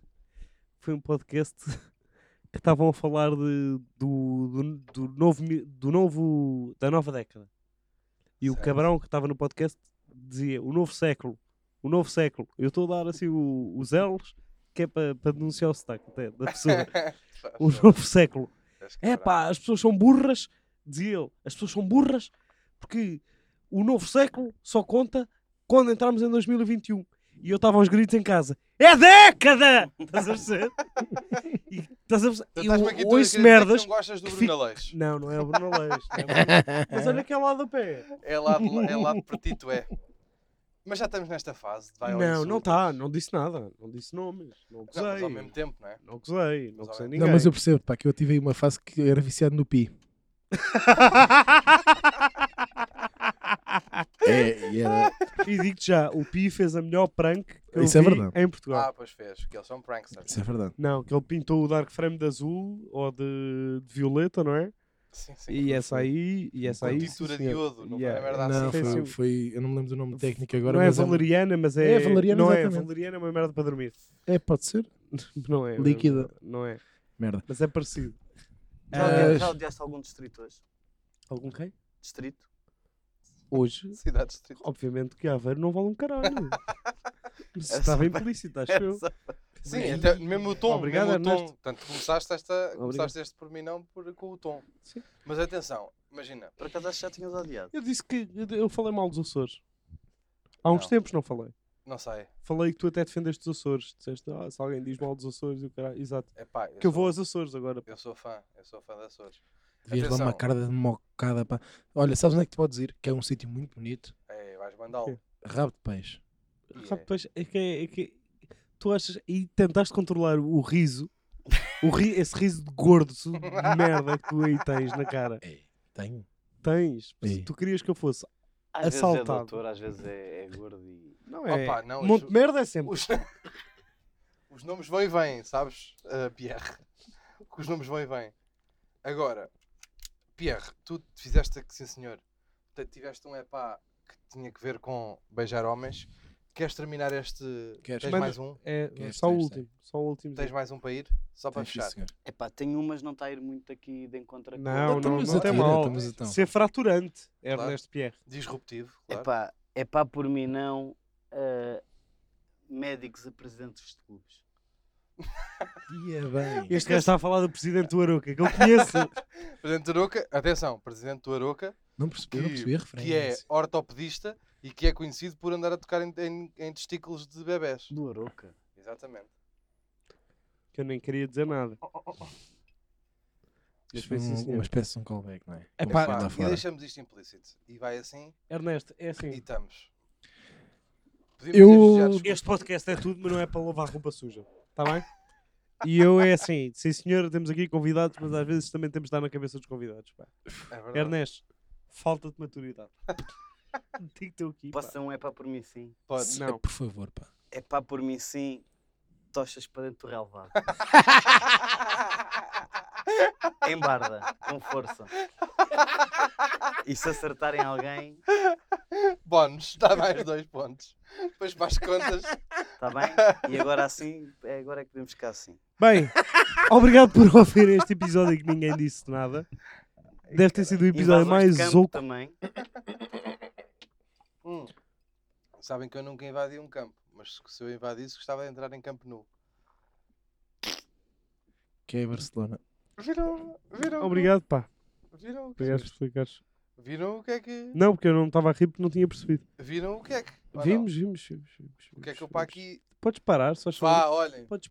Speaker 2: foi um podcast que estavam a falar de, do, do, do novo, mi- do novo. da nova década. E o
Speaker 1: Certo.
Speaker 2: cabrão que estava no podcast dizia o novo século, o novo século. Eu estou a dar assim o- os elos que é para denunciar o sotaque até da pessoa. o novo século. É pá, as pessoas são burras, dizia ele, as pessoas são burras porque o novo século só conta quando entrarmos em 2021. E eu estava aos gritos em casa. É década! Estás a perceber? E estás a perceber?
Speaker 1: Tu
Speaker 2: Eu
Speaker 1: estás-me aqui tu a querer dizer
Speaker 2: ouço
Speaker 1: que é
Speaker 2: merdas.
Speaker 1: Não gostas do
Speaker 2: que
Speaker 1: Bruno
Speaker 2: fico-
Speaker 1: Aleixo.
Speaker 2: Não, não é o Bruno Leix. não é o Bruno- Mas olha que é lá do pé.
Speaker 1: É lá, de, é lá de pretito, é. Mas já estamos nesta fase. de Vai ao
Speaker 2: Não,
Speaker 1: insulto.
Speaker 2: não está. Não disse nada. Não disse nomes. Não
Speaker 1: Não, mas ao
Speaker 2: gozei.
Speaker 1: mesmo tempo, não é?
Speaker 2: Não gozei. Não
Speaker 1: Mas ao
Speaker 2: gozei
Speaker 1: mesmo-
Speaker 2: ninguém.
Speaker 4: Não, mas eu percebo, pá, que eu tive aí uma fase que era viciado no pi. É, e era...
Speaker 2: E digo-te já, o Pi fez a melhor prank que eu
Speaker 4: Isso é
Speaker 2: vi
Speaker 4: verdade.
Speaker 2: em Portugal.
Speaker 1: Ah, pois fez, que eles são pranksters.
Speaker 4: Isso é verdade.
Speaker 2: Não, que ele pintou o Dark Frame de azul ou de, de violeta, não é?
Speaker 1: Sim, sim.
Speaker 2: E essa aí, e essa
Speaker 1: Com
Speaker 2: aí.
Speaker 1: tintura
Speaker 2: sim, senhor.
Speaker 1: de iodo, não
Speaker 2: Yeah.
Speaker 1: foi merda
Speaker 4: Não,
Speaker 1: assim.
Speaker 2: Sim,
Speaker 4: foi,
Speaker 2: sim.
Speaker 4: foi- eu não me lembro do nome técnico agora,
Speaker 2: Não é
Speaker 4: mas um-
Speaker 2: valeriana, mas é.
Speaker 4: É valeriana,
Speaker 2: não é
Speaker 4: exatamente.
Speaker 2: valeriana, é uma merda para dormir.
Speaker 4: é, pode ser.
Speaker 2: Não é.
Speaker 4: Líquida.
Speaker 2: Não é.
Speaker 4: Merda.
Speaker 2: Mas é parecido.
Speaker 3: já,
Speaker 4: Ah,
Speaker 3: odiaste, já odiaste algum distrito hoje?
Speaker 2: Algum quem?
Speaker 3: Distrito?
Speaker 2: Hoje,
Speaker 1: Cidade Distrito.
Speaker 2: obviamente que Aveiro não vale um caralho. Mas
Speaker 3: Essa
Speaker 2: estava
Speaker 3: foi-
Speaker 2: implícito,
Speaker 1: é
Speaker 2: acho eu.
Speaker 3: Essa-
Speaker 1: Sim,
Speaker 2: Sim.
Speaker 1: até mesmo o tom.
Speaker 2: Obrigado,
Speaker 1: mesmo o tom.
Speaker 2: Ernesto.
Speaker 1: Portanto, começaste, esta,
Speaker 2: Obrigado.
Speaker 1: começaste este pormenão por, com o tom.
Speaker 2: Sim.
Speaker 1: Mas atenção, imagina.
Speaker 3: Por acaso acho que já tinhas odiado.
Speaker 2: Eu disse que eu- eu falei mal dos Açores. Há uns
Speaker 1: Não.
Speaker 2: tempos não falei.
Speaker 1: Não sei.
Speaker 2: Falei que tu até defendeste os Açores. Disseste, ah, se alguém diz mal dos Açores, eu caralho. Exato.
Speaker 1: Epá, eu
Speaker 2: Que
Speaker 1: sou,
Speaker 2: eu
Speaker 1: um
Speaker 2: vou aos Açores agora.
Speaker 1: Eu sou fã. Eu sou fã da Açores.
Speaker 4: Devias lá uma
Speaker 1: Atenção.
Speaker 4: cara de mocada, pá. Olha, sabes onde é que te podes ir? Que é um sítio muito bonito.
Speaker 1: É, vais mandá-lo.
Speaker 4: Rabo de peixe.
Speaker 1: E é-
Speaker 2: Rapaz, é que, é que tu achas e tentaste controlar o riso, o ri, esse riso de gordo su- de merda que tu aí tens na cara.
Speaker 4: É, tenho.
Speaker 2: Tens.
Speaker 4: Ei.
Speaker 2: Tu querias que eu fosse.
Speaker 3: Às vezes é
Speaker 2: Assaltado.
Speaker 3: doutor, às vezes é, é gordo e...
Speaker 2: Não é.
Speaker 1: Opa, não,
Speaker 2: Monte
Speaker 1: isso-
Speaker 2: de merda é sempre.
Speaker 1: Os, os nomes vão e vêm, sabes, eh, Pierre? Que os nomes vão e vêm. Agora, Pierre, tu fizeste, sim senhor, Te- tiveste um epá que tinha que ver com beijar homens. Queres terminar este?
Speaker 4: Queres?
Speaker 1: Tens
Speaker 2: Manda-
Speaker 1: mais um?
Speaker 2: É,
Speaker 4: Queres,
Speaker 2: só o
Speaker 4: tens,
Speaker 2: último. Só o último.
Speaker 1: Tens mais um para ir? Só para
Speaker 4: Tens, sim,
Speaker 1: fechar.
Speaker 4: senhor.
Speaker 3: Epá, tenho umas não está a ir muito aqui de encontro a
Speaker 2: Não, não,
Speaker 4: Estamos a
Speaker 2: tem
Speaker 4: tirar,
Speaker 2: mal.
Speaker 4: estamos a- então.
Speaker 2: Ser fraturante,
Speaker 1: Claro.
Speaker 2: Ernesto Pierre.
Speaker 1: Disruptivo, claro.
Speaker 3: Epá, epá, por mim não. ah, médicos a presidentes dos clubes.
Speaker 4: Ia bem.
Speaker 2: Este gajo está a falar do presidente do Aroca, que eu conheço.
Speaker 1: Presidente do Aroca, atenção, Presidente do Aroca,
Speaker 4: Não percebi, eu não
Speaker 1: que-
Speaker 4: percebi a
Speaker 1: que é
Speaker 4: referência.
Speaker 1: ortopedista e que é conhecido por andar a tocar em, em- em testículos de bebés.
Speaker 3: Do
Speaker 4: Ah,
Speaker 3: Aroca.
Speaker 1: Exatamente.
Speaker 2: que eu nem queria dizer nada. Mas
Speaker 4: Isto foi
Speaker 2: foi sim,
Speaker 4: um-
Speaker 2: senhor.
Speaker 4: uma espécie de um callback, não é?
Speaker 2: É
Speaker 4: Como
Speaker 2: pá,
Speaker 4: se diz lá
Speaker 1: Pá, e
Speaker 4: fora.
Speaker 1: deixamos isto implícito. E vai assim
Speaker 2: Ernesto, é
Speaker 1: e
Speaker 2: assim.
Speaker 1: estamos.
Speaker 4: Eu-
Speaker 1: Podíamos ter
Speaker 2: Este podcast é tudo, mas não é para lavar roupa suja. Está bem? E eu é assim, sim senhor, temos aqui convidados, mas às vezes também temos de dar na cabeça dos convidados. Pá.
Speaker 1: Ernesto,
Speaker 2: Ernesto, falta de maturidade. Digo-te aqui. pá.
Speaker 3: Posso ser um é pá por mim sim?
Speaker 1: pode.
Speaker 4: Se-
Speaker 2: não.
Speaker 4: Por favor, pá.
Speaker 3: É pá por mim sim, tochas para dentro do relevado. Embarda, com força. E se acertarem alguém,
Speaker 1: Bónus, dá mais dois pontos. Depois para as contas.
Speaker 3: está tá bem? E agora assim, é agora é que podemos ficar assim.
Speaker 2: Bem, obrigado por ouvir este episódio em que ninguém disse nada. Deve ter sido o episódio
Speaker 3: Invasões de
Speaker 2: mais
Speaker 3: campo
Speaker 2: oco.
Speaker 3: também.
Speaker 1: Hum. Sabem que eu nunca invadi um campo, mas se eu invadisse, gostava de entrar em campo nu.
Speaker 4: Que é Barcelona.
Speaker 1: Viram? Viram?
Speaker 2: Obrigado, pá.
Speaker 1: Viram? o que-
Speaker 2: Obrigado por explicares.
Speaker 1: Viram o que é que.
Speaker 2: Não, porque eu não estava a rir porque não tinha percebido.
Speaker 1: Viram o que é que. ou não?
Speaker 2: Vimos, vimos, vimos, vimos,
Speaker 1: O que é que eu
Speaker 2: vimos,
Speaker 1: para
Speaker 2: vimos.
Speaker 1: aqui.
Speaker 2: Podes parar, só
Speaker 1: Vá, olhem.
Speaker 2: Podes